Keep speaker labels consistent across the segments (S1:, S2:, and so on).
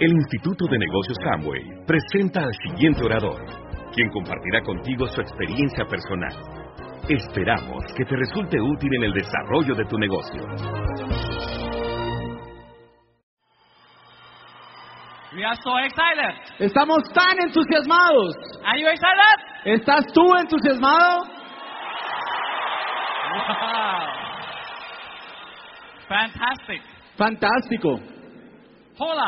S1: El Instituto de Negocios Amway presenta al siguiente orador, quien compartirá contigo su experiencia personal. Esperamos que te resulte útil en el desarrollo de tu negocio.
S2: We are so excited.
S3: Estamos tan entusiasmados.
S2: Are you excited?
S3: ¿Estás tú entusiasmado?
S2: Wow. Fantastic.
S3: Fantástico.
S2: Hola.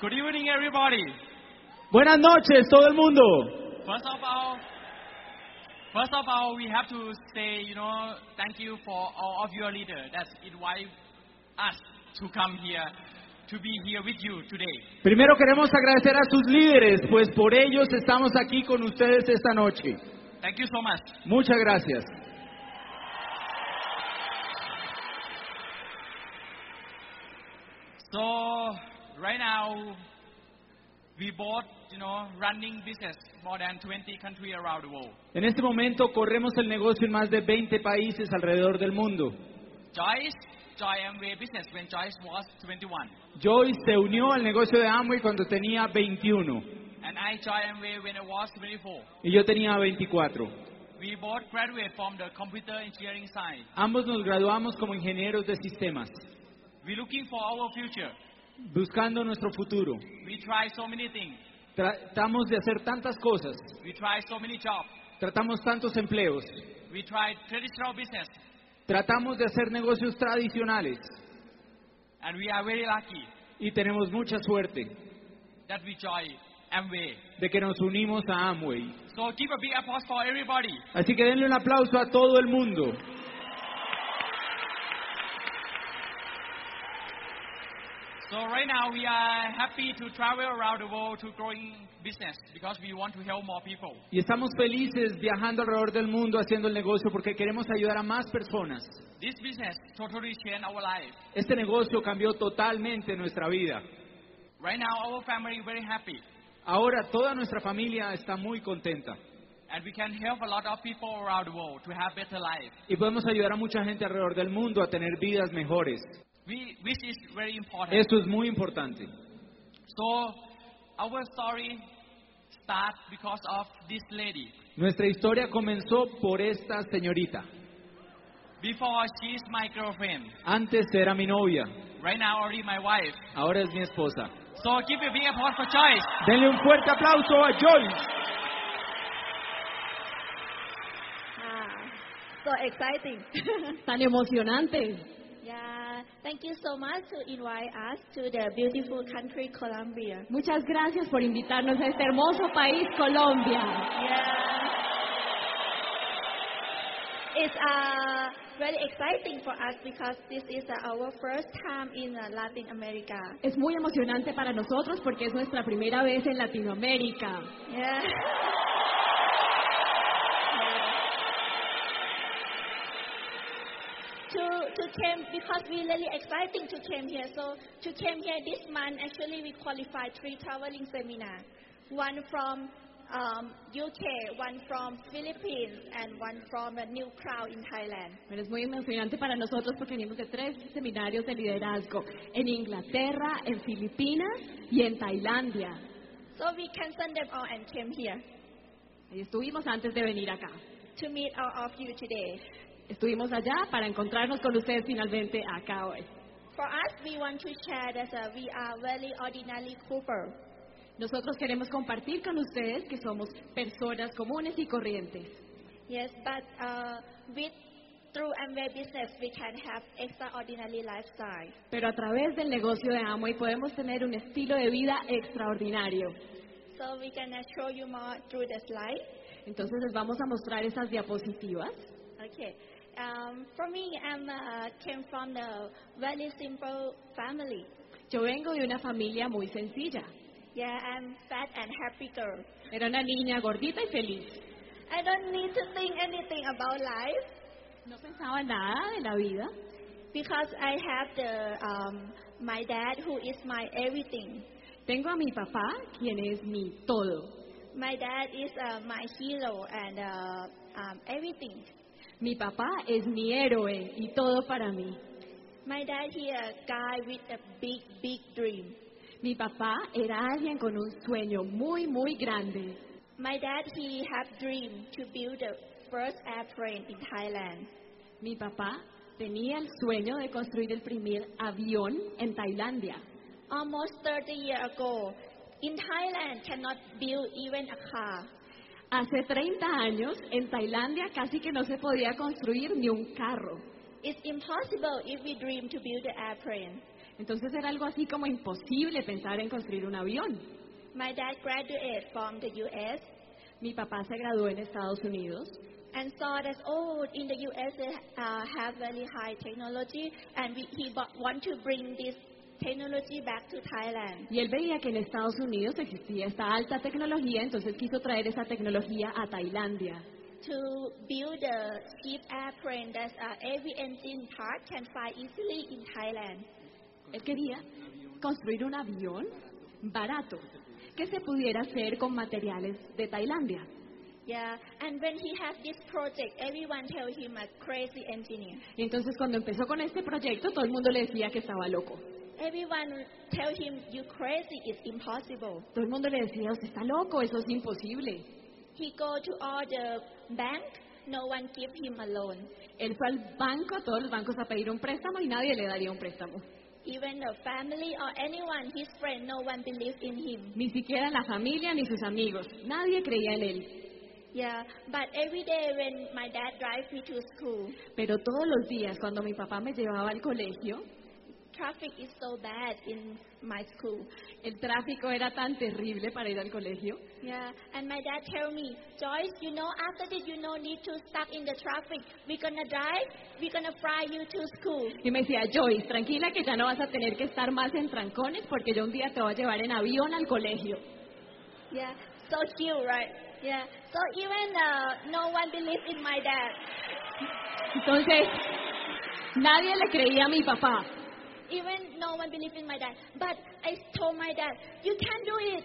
S2: Good evening, everybody.
S3: Buenas noches, todo el mundo.
S2: First of all, first of all, we have to say, you know, thank you for all of your leader that invite us to come here, to be here with you today.
S3: Primero queremos agradecer a sus líderes, pues por ellos estamos aquí con ustedes esta noche.
S2: Thank you so much.
S3: Muchas gracias.
S2: So right now, we both, you know, running business more than 20 countries around the world.
S3: En este momento corremos el negocio en más de 20 países alrededor del mundo.
S2: Joyce joined Amway business when Joyce was 21,
S3: Joyce se unió al negocio de Amway cuando tenía 21
S2: and I joined Amway when I was 24.
S3: y yo tenía 24.
S2: We both graduate from the computer engineering science.
S3: Ambos nos graduamos como ingenieros de sistemas,
S2: We're looking for our future.
S3: buscando nuestro futuro.
S2: We try so many things.
S3: Tratamos de hacer tantas cosas,
S2: We try so many jobs.
S3: tratamos tantos empleos,
S2: We try traditional business,
S3: tratamos de hacer negocios tradicionales
S2: and we are very lucky
S3: y tenemos mucha suerte
S2: that we join Amway.
S3: de que nos unimos a Amway.
S2: So give a big applause for everybody.
S3: Así que denle un aplauso a todo el mundo.
S2: So right now we are happy to travel around the world to growing business because we want to help more people.
S3: Y estamos felices viajando alrededor del mundo haciendo el negocio porque queremos ayudar a más personas.
S2: This business totally changed our life.
S3: Este negocio cambió totalmente nuestra vida.
S2: Right now our family very happy
S3: Ahora toda nuestra familia está muy contenta
S2: and we can help a lot of people around the world to have better life.
S3: y podemos ayudar a mucha gente alrededor del mundo a tener vidas mejores.
S2: We, which is very important.
S3: Eso es muy importante.
S2: So our story starts because of this lady.
S3: Nuestra historia comenzó por esta señorita.
S2: Before she is my girlfriend,
S3: Antes era mi novia,
S2: right now already my wife.
S3: ahora es mi esposa.
S2: So give a big applause for Joyce.
S3: Denle un fuerte aplauso a Joyce.
S4: Ah, so exciting.
S5: tan emocionante.
S4: yeah, thank you so much to invite us to the beautiful country Colombia.
S5: Muchas gracias por invitarnos a este hermoso país, Colombia.
S4: Yeah. It's uh, very exciting for us because this is uh, our first time in uh, Latin America.
S5: Es muy emocionante para nosotros porque es nuestra primera vez en Latinoamérica.
S4: Yeah. To, to came because we really exciting to came here. So to came here this month, actually we qualified three traveling seminar, one from um, UK, one from Philippines, and one from a new crowd in Thailand.
S5: Pero es muy emocionante para nosotros porque venimos de tres seminarios de liderazgo en Inglaterra, en Filipinas y en Tailandia.
S4: So we canceled them all and came here
S5: Ahí estuvimos antes de venir acá.
S4: to meet all of you today.
S5: Estuvimos allá para encontrarnos con ustedes finalmente acá hoy.
S4: For us, we want to share that uh, we are very ordinary people.
S5: Nosotros queremos compartir con ustedes que somos personas comunes y corrientes.
S4: Yes, but uh, with through Amway business, we can have extraordinary lifestyle.
S5: Pero a través del negocio de Amway podemos tener un estilo de vida extraordinario.
S4: So we can uh, show you more through the slide.
S5: Entonces les vamos a mostrar esas diapositivas.
S4: Okay. Um, for me, I'm uh, came from a very simple family.
S5: Yo vengo de una familia muy sencilla.
S4: Yeah, I'm fat and happy girl.
S5: Era una niña gordita y feliz.
S4: I don't need to think anything about life
S5: No pensaba nada de la vida
S4: because I have the um, my dad who is my everything.
S5: Tengo a mi papá, quien es mi todo.
S4: My dad is uh, my hero and uh, um, everything.
S5: Mi papá es mi héroe y todo para mí.
S4: My dad here, a guy with a big, big dream.
S5: Mi papá era alguien con un sueño muy, muy grande.
S4: My dad, he had dream to build the first airplane in Thailand.
S5: Mi papá tenía el sueño de construir el primer avión en Tailandia.
S4: Almost 30 years ago, in Thailand cannot build even a car.
S5: Hace 30 años, en Tailandia casi que no se podía construir ni un carro.
S4: It's impossible if we dream to build an airplane.
S5: Entonces era algo así como imposible pensar en construir un avión.
S4: My dad graduated from the U.S.
S5: Mi papá se graduó en Estados Unidos
S4: and saw that oh, in the U.S. they uh, have very high technology, and we, he bu- want to bring this technology back to Thailand.
S5: y él veía que en Estados Unidos existía esta alta tecnología, entonces quiso traer esa tecnología a Tailandia
S4: to build a cheap airplane that uh, every engine part can fly easily in Thailand.
S5: Él quería construir un avión barato que se pudiera hacer con materiales de Tailandia.
S4: Yeah, and when he had this project, everyone tell him a crazy engineer.
S5: Y entonces cuando empezó con este proyecto todo el mundo le decía que estaba loco.
S4: Everyone tell him you crazy, it's impossible.
S5: Todo el mundo le decía, usted está loco, eso es imposible.
S4: He go to all the bank, no one give him a loan.
S5: Él fue al banco, a todos los bancos a pedir un préstamo y nadie le daría un préstamo.
S4: Even the family or anyone, his friend, no one believe in him.
S5: Ni siquiera la familia ni sus amigos. Nadie creía en él.
S4: Yeah, but every day when my dad drive me to school,
S5: Pero todos los días cuando mi papá me llevaba al colegio,
S4: traffic is so bad in my school.
S5: el tráfico era tan terrible para ir al colegio.
S4: Yeah, and my dad tell me, Joyce, you know, after this, you no need to stuck in the traffic. We're gonna drive, we're gonna fly you to school.
S5: Y me decía, Joyce, tranquila que ya no vas a tener que estar más en trancones porque yo un día te voy a llevar en avión al colegio.
S4: Yeah, so cute, right? Yeah, so even uh, no one believes in my dad.
S5: Entonces, nadie le creía a mi papá.
S4: Even no one believes in my dad. But I told my dad, you can do it.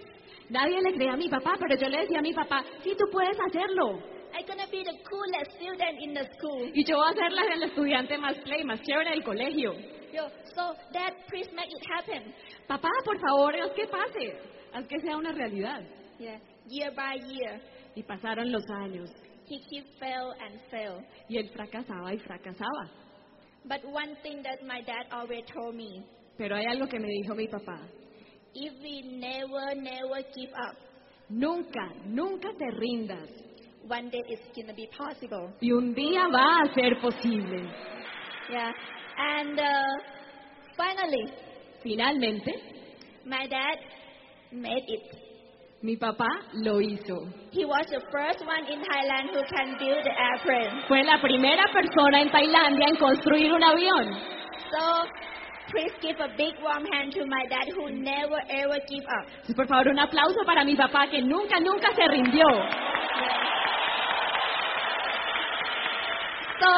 S5: Nadie le creía a mi papá, pero yo le decía a mi papá, sí, tú puedes hacerlo.
S4: I'm gonna be the coolest student in the school.
S5: Y yo voy a ser la, el estudiante más play, más chévere del colegio.
S4: Yo, so dad, please make it happen.
S5: Papá, por favor, haz que pase, haz que sea una realidad.
S4: Yeah, year by year,
S5: Y pasaron los años,
S4: he keep fail and fail.
S5: y él fracasaba y fracasaba.
S4: But one thing that my dad always told me,
S5: Pero hay algo que me dijo mi papá,
S4: if we never, never give up,
S5: nunca, nunca te rindas.
S4: one day it's gonna be possible.
S5: Y un día va a ser posible.
S4: Yeah. And uh, finally,
S5: Finalmente,
S4: my dad made it.
S5: mi papá lo hizo.
S4: He was the first one in Thailand who can build the airplane.
S5: Fue la primera persona en Tailandia en construir un avión.
S4: So please give a big warm hand to my dad who never ever give up.
S5: Por favor, un aplauso para mi papá que nunca, nunca se rindió.
S4: So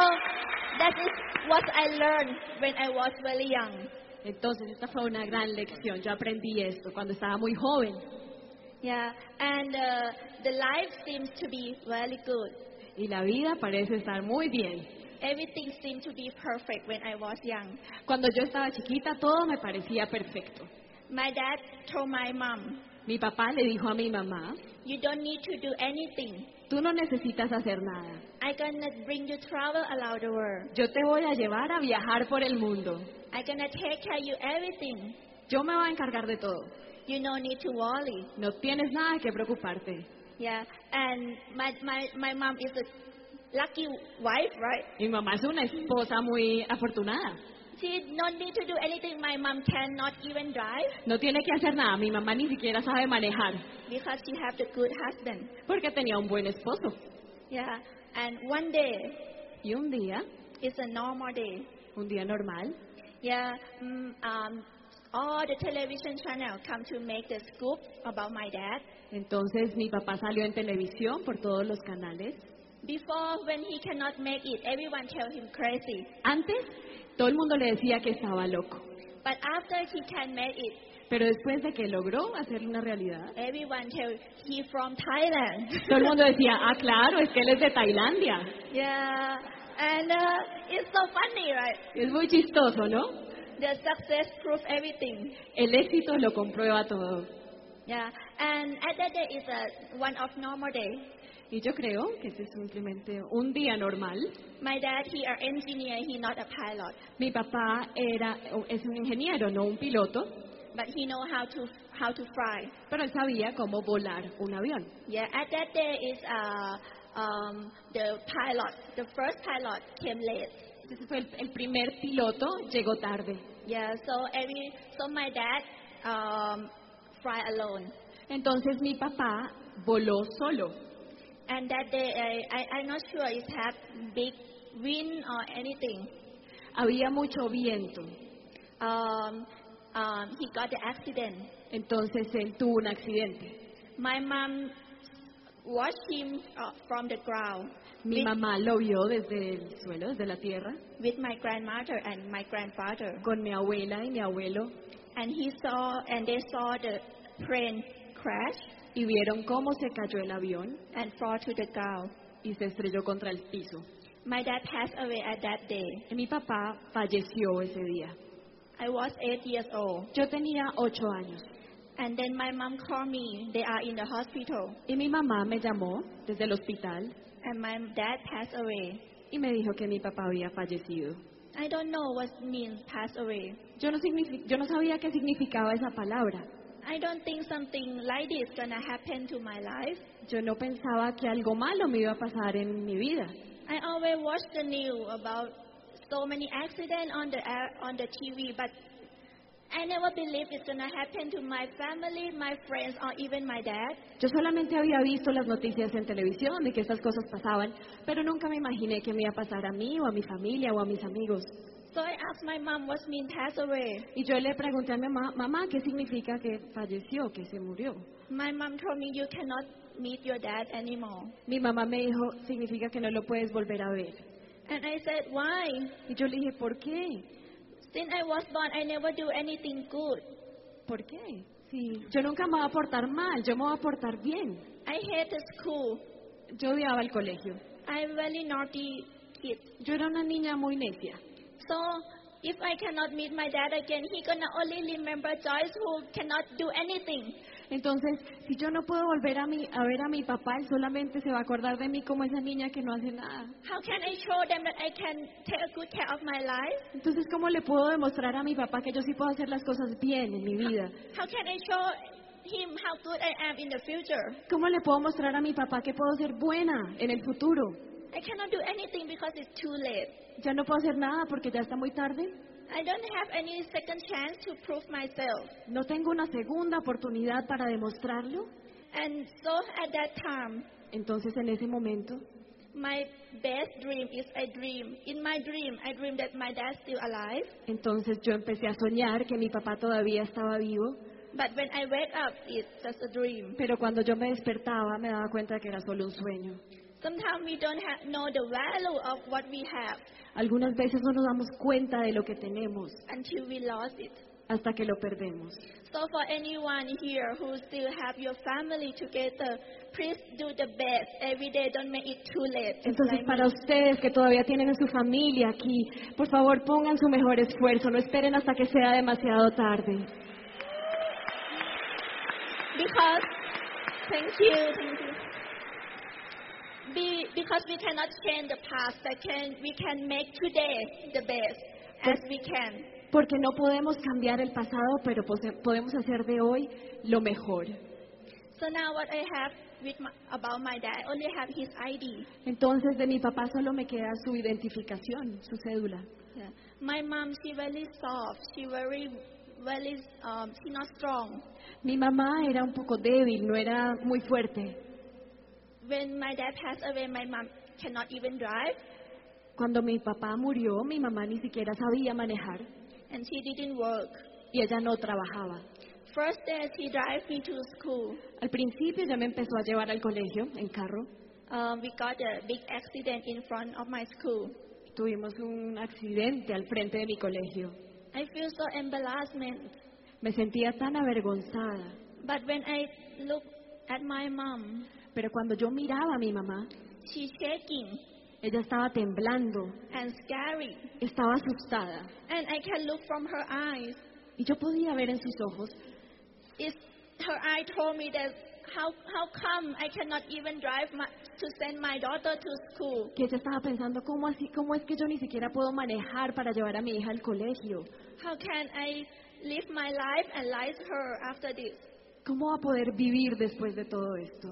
S4: that is what I learned when I was very young.
S5: Entonces, esta fue una gran lección. Yo aprendí esto cuando estaba muy joven.
S4: Yeah. And uh, the life seems to be very good.
S5: Y la vida parece estar muy bien.
S4: Everything seemed to be perfect when I was young.
S5: Cuando yo estaba chiquita, todo me parecía perfecto.
S4: My dad told my mom,
S5: Mi papá le dijo a mi mamá,
S4: "You don't need to do anything.
S5: tú no necesitas hacer nada.
S4: I gonna bring you travel around the world.
S5: Yo te voy a llevar a viajar por el mundo.
S4: I gonna take care of you everything.
S5: Yo me voy a encargar de todo.
S4: You no need to worry."
S5: No tienes nada que preocuparte.
S4: Yeah, and my my my mom is a lucky wife, right?
S5: Mi mamá es una esposa muy afortunada.
S4: She don't need to do anything. My mom cannot even drive
S5: No tiene que hacer nada. Mi mamá ni siquiera sabe manejar
S4: because she have the good husband.
S5: porque tenía un buen esposo.
S4: Yeah, and one day
S5: Y un día,
S4: it's a normal day.
S5: un día normal,
S4: Yeah, mm, um, all the television channel come to make the scoop about my dad.
S5: entonces mi papá salió en televisión por todos los canales.
S4: Before, when he cannot make it, everyone tell him crazy.
S5: Antes, todo el mundo le decía que estaba loco.
S4: But after he can make it,
S5: Pero después de que logró hacer una realidad,
S4: everyone tell he from Thailand.
S5: todo el mundo decía, ah, claro, es que él es de Tailandia.
S4: Yeah, And uh, it's so funny, right?
S5: Es muy chistoso, ¿no?
S4: The success proves everything.
S5: El éxito lo comprueba todo.
S4: Yeah. And other day is a one of normal day.
S5: Y yo creo que este es simplemente un día normal.
S4: My dad, he an engineer, he not a pilot,
S5: Mi papá era, es un ingeniero, no un piloto,
S4: but he know how to how to fly.
S5: pero él sabía cómo volar un avión.
S4: Yeah. At that day is uh, um, the pilot, the first pilot came late.
S5: Entonces fue el, el primer piloto, llegó tarde.
S4: Yeah. So every so my dad um, fly alone.
S5: Entonces mi papá voló solo.
S4: And that day, I, I, I'm not sure it had big wind or anything.
S5: Había mucho viento,
S4: Um, um, he got the accident.
S5: entonces él tuvo un accidente.
S4: My mom watched him uh, from the ground
S5: Mi
S4: with,
S5: mamá lo vio desde el suelo, desde la tierra,
S4: with my grandmother and my grandfather.
S5: con mi abuela y mi abuelo,
S4: And he saw, and they saw the plane crash
S5: y vieron cómo se cayó el avión
S4: and fall to the ground.
S5: y se estrelló contra el piso.
S4: My dad passed away at that day.
S5: Mi papá falleció ese día.
S4: I was eight years old.
S5: Yo tenía ocho años
S4: And then my mom called me. They are in the hospital.
S5: y mi mamá me llamó desde el hospital
S4: And my dad passed away.
S5: y me dijo que mi papá había fallecido.
S4: I don't know what means pass away.
S5: Yo no, signifi- yo no sabía qué significaba esa palabra.
S4: I don't think something like this gonna happen to my life.
S5: Yo no pensaba que algo malo me iba a pasar en mi vida.
S4: I always watch the news about so many accidents on the air, on the TV, but I never believe it's gonna happen to my family, my friends, or even my dad.
S5: Yo solamente había visto las noticias en televisión de que estas cosas pasaban, pero nunca me imaginé que me iba a pasar a mí o a mi familia o a mis amigos.
S4: So I asked my mom what mean pass away.
S5: Y yo le pregunté a mi mamá, mamá, ¿qué significa que falleció, que se murió?
S4: My mom told me you cannot meet your dad anymore.
S5: Mi mamá me dijo, significa que no lo puedes volver a ver.
S4: And I said, why?
S5: Y yo le dije, ¿por qué?
S4: Since I was born, I never do anything good.
S5: ¿Por qué? Sí, yo nunca me voy a portar mal, yo me voy a portar bien.
S4: I hate the school.
S5: Yo odiaba el colegio.
S4: I'm very naughty kid.
S5: Yo era una niña muy necia.
S4: So if I cannot meet my dad again, he gonna only remember Joyce who cannot do anything.
S5: Entonces, si yo no puedo volver a, mi, a ver a mi papá, él solamente se va a acordar de mí como esa niña que no hace nada.
S4: How can I show them that I can take good care of my life?
S5: Entonces, ¿cómo le puedo demostrar a mi papá que yo sí puedo hacer las cosas bien en mi vida?
S4: How can I show him how good I am in the future?
S5: ¿Cómo le puedo mostrar a mi papá que puedo ser buena en el futuro?
S4: I cannot do anything because it's too late.
S5: Ya no puedo hacer nada porque ya está muy tarde.
S4: I don't have any second chance to prove myself.
S5: No tengo una segunda oportunidad para demostrarlo.
S4: And so at that time,
S5: Entonces, en ese momento,
S4: my best dream is a dream. In my dream, I dream that my dad's still alive.
S5: entonces yo empecé a soñar que mi papá todavía estaba vivo,
S4: But when I wake up, it's just a dream.
S5: pero cuando yo me despertaba me daba cuenta que era solo un sueño.
S4: Sometimes we don't have, know the value of what we have
S5: Algunas veces no nos damos cuenta de lo que tenemos
S4: until we lost it.
S5: hasta que lo perdemos.
S4: So for anyone here who still have your family together, please do the best every day. Don't make it too late. Just
S5: Entonces,
S4: like
S5: para
S4: me.
S5: ustedes que todavía tienen a su familia aquí, por favor pongan su mejor esfuerzo, no esperen hasta que sea demasiado tarde.
S4: because thank you, thank you. Be, because we cannot change the past, but can we can make today the best as we can.
S5: Porque no podemos cambiar el pasado, pero pose- podemos hacer de hoy lo mejor.
S4: So now what I have with my, about my dad, I only have his ID.
S5: Entonces, de mi papá solo me queda su identificación, su cédula.
S4: Yeah. My mom, she very soft. She very, very, um, she not strong.
S5: Mi mamá era un poco débil, no era muy fuerte.
S4: When my dad passed away, my mom cannot even drive,
S5: Cuando mi papá murió, mi mamá ni siquiera sabía manejar
S4: and she didn't work.
S5: y ella no trabajaba.
S4: First day, she drive me to school.
S5: Al principio ella me empezó a llevar al colegio en carro.
S4: Um, we got a big accident in front of my school.
S5: Tuvimos un accidente al frente de mi colegio.
S4: I feel so embarrassment.
S5: Me sentía tan avergonzada,
S4: But when I look at my mom,
S5: pero cuando yo miraba a mi mamá,
S4: she's shaking.
S5: Ella estaba temblando,
S4: and scary.
S5: estaba asustada.
S4: And I can look from her eyes.
S5: Y yo podía ver en sus ojos
S4: It's, her eye told me that how, how come I cannot even drive my, to send my daughter to school.
S5: que ella estaba pensando, ¿cómo, así, ¿cómo es que yo ni siquiera puedo manejar para llevar a mi hija al colegio?
S4: How can I live my life and life her after this?
S5: ¿Cómo va a poder vivir después de todo esto?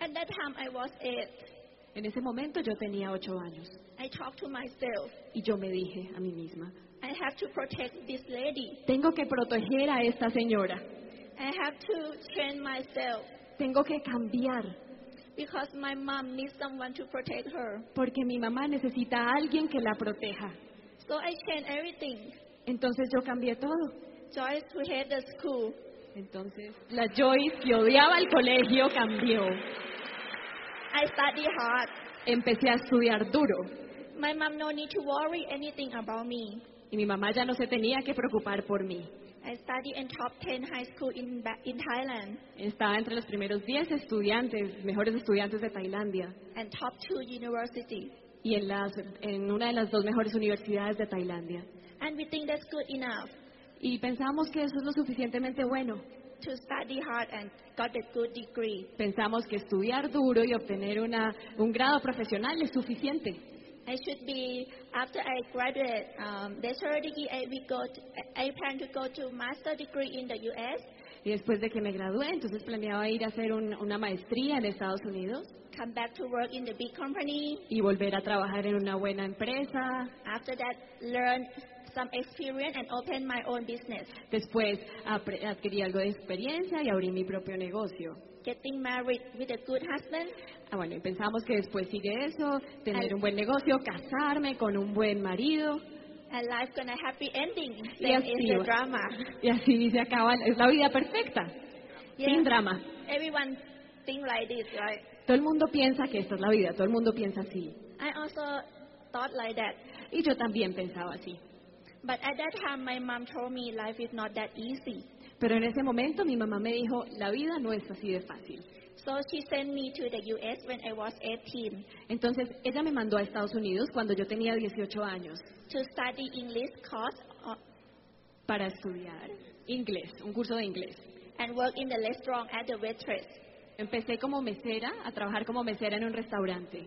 S4: At that time, I was eight.
S5: En ese momento yo tenía ocho años
S4: I talked to myself.
S5: y yo me dije a mí misma,
S4: I have to protect this lady.
S5: tengo que proteger a esta señora,
S4: I have to train myself
S5: tengo que cambiar,
S4: because my mom needs someone to protect her.
S5: porque mi mamá necesita a alguien que la proteja.
S4: So I changed everything.
S5: Entonces yo cambié todo.
S4: Joyce, who hated the school,
S5: Entonces la Joyce, que odiaba el colegio, cambió.
S4: I study hard.
S5: Empecé a estudiar duro
S4: My mom no need to worry anything about me.
S5: y mi mamá ya no se tenía que preocupar por mí.
S4: I study in top 10 high school in, Ba- in Thailand
S5: Estaba entre los primeros 10 estudiantes, mejores estudiantes de Tailandia,
S4: and top 2 university.
S5: y en, las, en una de las dos mejores universidades de Tailandia.
S4: And we think that's good enough
S5: Y pensamos que eso es lo suficientemente bueno.
S4: to study hard and got a good degree.
S5: Pensamos que estudiar duro y obtener una, un grado profesional es suficiente.
S4: I should be after I graduate um, bachelor degree. I we go. To, I I plan to go to master degree in the U.S.
S5: Y después de que me gradué, entonces planeaba ir a hacer un- una maestría en Estados Unidos
S4: Come back to work in the big company.
S5: y volver a trabajar en una buena empresa.
S4: After that, learn some experience and open my own business.
S5: Después apre- adquirí algo de experiencia y abrí mi propio negocio.
S4: Getting married with a good husband.
S5: Ah, bueno, y pensamos que después sigue eso, tener un buen negocio, casarme con un buen marido.
S4: And life gonna happy ending.
S5: Y
S4: Then
S5: así
S4: is the
S5: va.
S4: drama.
S5: Y así se acaba, es la vida perfecta, sin drama.
S4: Everyone think like this, right?
S5: Todo el mundo piensa que esta es la vida, todo el mundo piensa así.
S4: I also thought like that.
S5: Y yo también pensaba así.
S4: But at that time, my mom told me life is not that easy.
S5: Pero en ese momento mi mamá me dijo, la vida no es así de fácil.
S4: So she sent me to the U.S. when I was 18
S5: Entonces ella me mandó a Estados Unidos cuando yo tenía 18 años
S4: to study English course uh,
S5: para estudiar inglés, un curso de inglés.
S4: and work in the restaurant as a waitress.
S5: Empecé como mesera, a trabajar como mesera en un restaurante.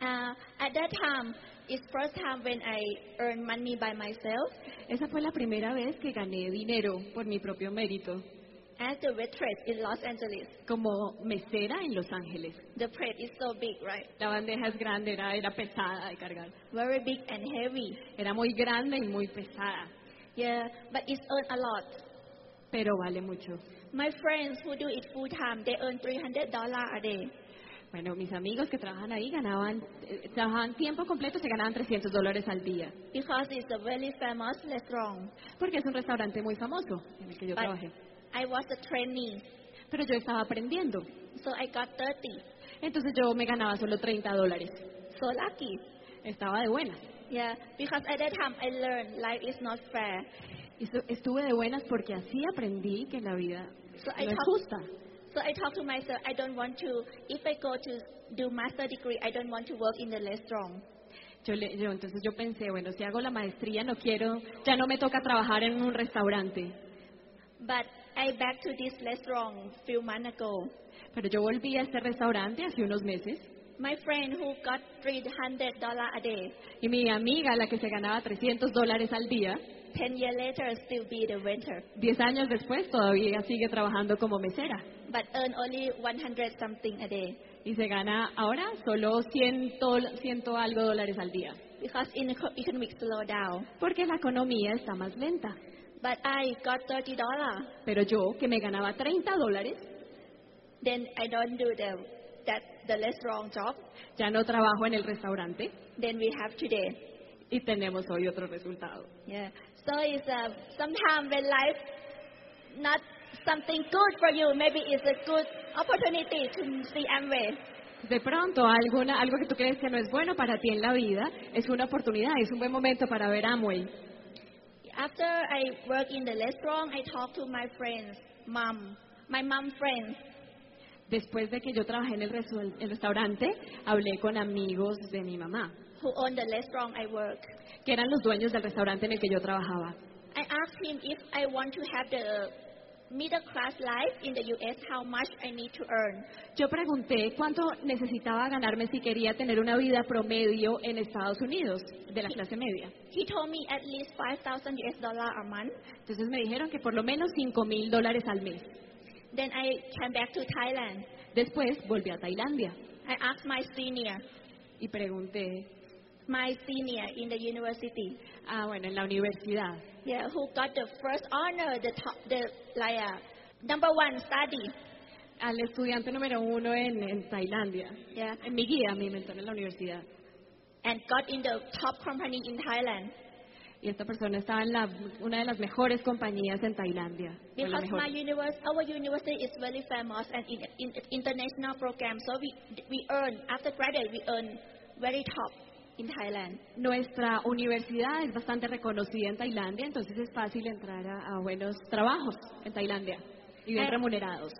S4: Uh, at that time, it's first time when I earned money by myself
S5: Esa fue la primera vez que gané dinero por mi propio mérito,
S4: as a waitress in Los Angeles.
S5: como mesera en Los Ángeles.
S4: The plate is so big, right?
S5: La bandeja es grande, era, era pesada de cargar.
S4: Very big and heavy.
S5: Era muy grande y muy pesada,
S4: Yeah, but it's earned a lot.
S5: pero vale mucho.
S4: My friends who do it full time, they earn $300 a day.
S5: Bueno, mis amigos que trabajan ahí ganaban, eh, trabajaban tiempo completo, se ganaban 300 dólares al día,
S4: because it's a very famous restaurant.
S5: porque es un restaurante muy famoso en el que yo
S4: But
S5: trabajé.
S4: I was a trainee,
S5: Pero yo estaba aprendiendo,
S4: so I got 30.
S5: entonces yo me ganaba solo 30 dólares.
S4: So lucky.
S5: Estaba de buenas.
S4: Yeah, because at that time I learned life is not fair.
S5: Estu- Estuve de buenas porque así aprendí que la vida
S4: So I
S5: no es
S4: talk-
S5: justa.
S4: So I talked to myself, I don't want to, if I go to do master degree, I don't want to work in the restaurant.
S5: Yo, le- yo- entonces yo pensé, bueno, si hago la maestría no quiero, ya no me toca trabajar en un restaurante.
S4: But I back to this restaurant few months ago.
S5: Pero yo volví a este restaurante hace unos meses
S4: My friend who got $300 a day,
S5: y mi amiga, la que se ganaba 300 dólares al día,
S4: 10 years later still be the renter,
S5: 10 años después todavía sigue trabajando como mesera
S4: but earn only 100 something a day.
S5: y se gana ahora solo 100, dol- 100 algo dólares al día.
S4: because in eco- economic slowdown.
S5: Porque la economía está más lenta.
S4: But I got thirty dollar,
S5: Pero yo, que me ganaba 30 dólares,
S4: then I don't do the that the restaurant job.
S5: ya no trabajo en el restaurante
S4: Then we have today.
S5: y tenemos hoy otro resultado.
S4: Yeah. So it's uh, sometimes when life not something good for you, maybe it's a good opportunity to see Amway.
S5: De pronto, alguna, algo que tú crees que no es bueno para ti en la vida es una oportunidad, es un buen momento para ver Amway.
S4: After I work in the restaurant, I talk to my friends, mom, my mom friends.
S5: Después de que yo trabajé en el, resu- el restaurante, hablé con amigos de mi mamá,
S4: who owned the restaurant I work.
S5: que eran los dueños del restaurante en el que yo trabajaba.
S4: I asked him if I want to have the middle class life in the US, how much I need to earn.
S5: Yo pregunté cuánto necesitaba ganarme si quería tener una vida promedio en Estados Unidos, de la clase media.
S4: He told me at least 5,000 US dollar a month.
S5: Entonces me dijeron que por lo menos 5 mil dólares al mes.
S4: Then I came back to Thailand.
S5: Después volví a Tailandia
S4: I asked my senior,
S5: y pregunté,
S4: my senior in the university,
S5: ah, bueno, en la universidad,
S4: yeah, who got the first honor, the top, the like uh, number one study.
S5: al estudiante número uno en, en Tailandia,
S4: Yeah,
S5: en mi guía, mi mentor en la universidad.
S4: and got in the top company in Thailand
S5: Y esta persona estaba en la, una de las mejores compañías en Tailandia. o en la
S4: because
S5: mejor.
S4: my universe, our university is very famous and in, in international program. So we we earn after graduate we earn very top in Thailand.
S5: Nuestra universidad es bastante reconocida en Tailandia, entonces es fácil entrar a, a buenos trabajos en Tailandia y bien
S4: Eh.
S5: remunerados.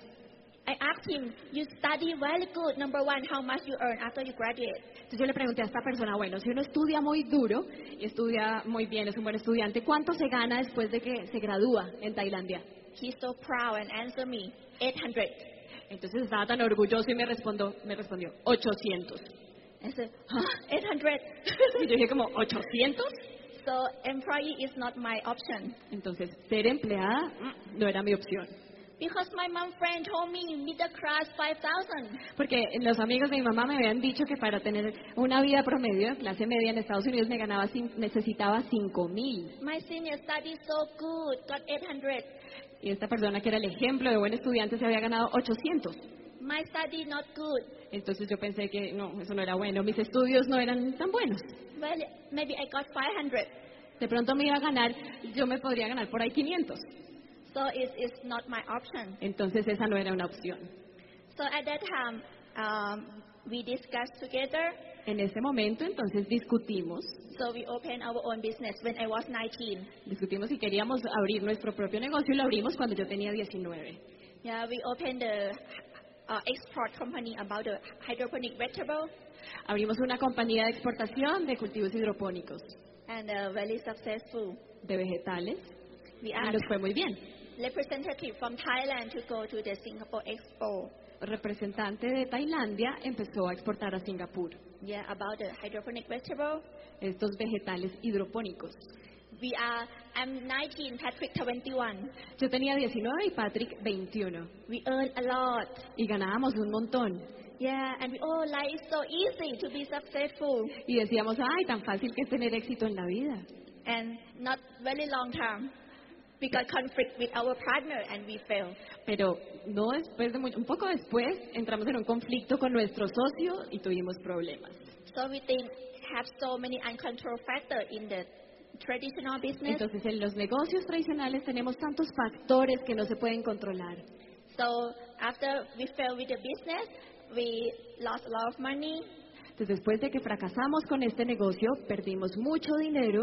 S4: I asked him, you study very good. Number one, how much you earn after you graduate?
S5: Entonces yo le pregunté a esta persona, bueno, si uno estudia muy duro y estudia muy bien, es un buen estudiante, ¿cuánto se gana después de que se gradúa en Tailandia?
S4: He's so proud and answered me, 800.
S5: Entonces estaba tan orgulloso y me respondió, me respondió 800.
S4: I said, huh, 800.
S5: Y yo dije como 800.
S4: so employee is not my option.
S5: Entonces ser empleada mm, no era mi opción.
S4: Because my mom friend told me middle class 5,000.
S5: Porque los amigos de mi mamá me habían dicho que para tener una vida promedio, clase media en Estados Unidos, me ganaba cin- necesitaba 5 mil.
S4: My senior studied so good, got 800.
S5: Y esta persona que era el ejemplo de buen estudiante se había ganado 800.
S4: My study not good.
S5: Entonces yo pensé que no, eso no era bueno, mis estudios no eran tan buenos.
S4: Well, maybe I got 500.
S5: De pronto me iba a ganar, yo me podría ganar por ahí 500.
S4: So it is not my option.
S5: Entonces esa no era una opción.
S4: So at that time, um, we discussed together.
S5: En ese momento entonces discutimos,
S4: So we opened our own business when I was 19.
S5: discutimos si queríamos abrir nuestro propio negocio y lo abrimos cuando yo tenía 19.
S4: Yeah, we opened the uh, export company about the hydroponic vegetable
S5: Abrimos una compañía de exportación de cultivos hidropónicos
S4: and uh, very successful.
S5: de vegetales
S4: We
S5: y
S4: asked
S5: nos fue muy bien.
S4: representative from Thailand to go to the Singapore Expo.
S5: Representante de Tailandia empezó a exportar a Singapur
S4: Yeah, about the hydroponic vegetable.
S5: estos vegetales hidropónicos.
S4: We are. I'm 19, Patrick 21.
S5: Yo tenía 19 y Patrick 21
S4: We earn a lot.
S5: y ganábamos un montón
S4: Yeah, and we oh, life is so easy to be successful
S5: y decíamos, ay, tan fácil que es tener éxito en la vida.
S4: and not very long term. We got conflict with our partner and we failed.
S5: Pero no después de mucho, un poco después entramos en un conflicto con nuestro socio y tuvimos problemas.
S4: So we think have so many uncontrolled factors in the traditional business.
S5: Entonces en los negocios tradicionales tenemos tantos factores que no se pueden controlar.
S4: So after we failed with the business, we lost a lot of money,
S5: Entonces después de que fracasamos con este negocio, perdimos mucho dinero,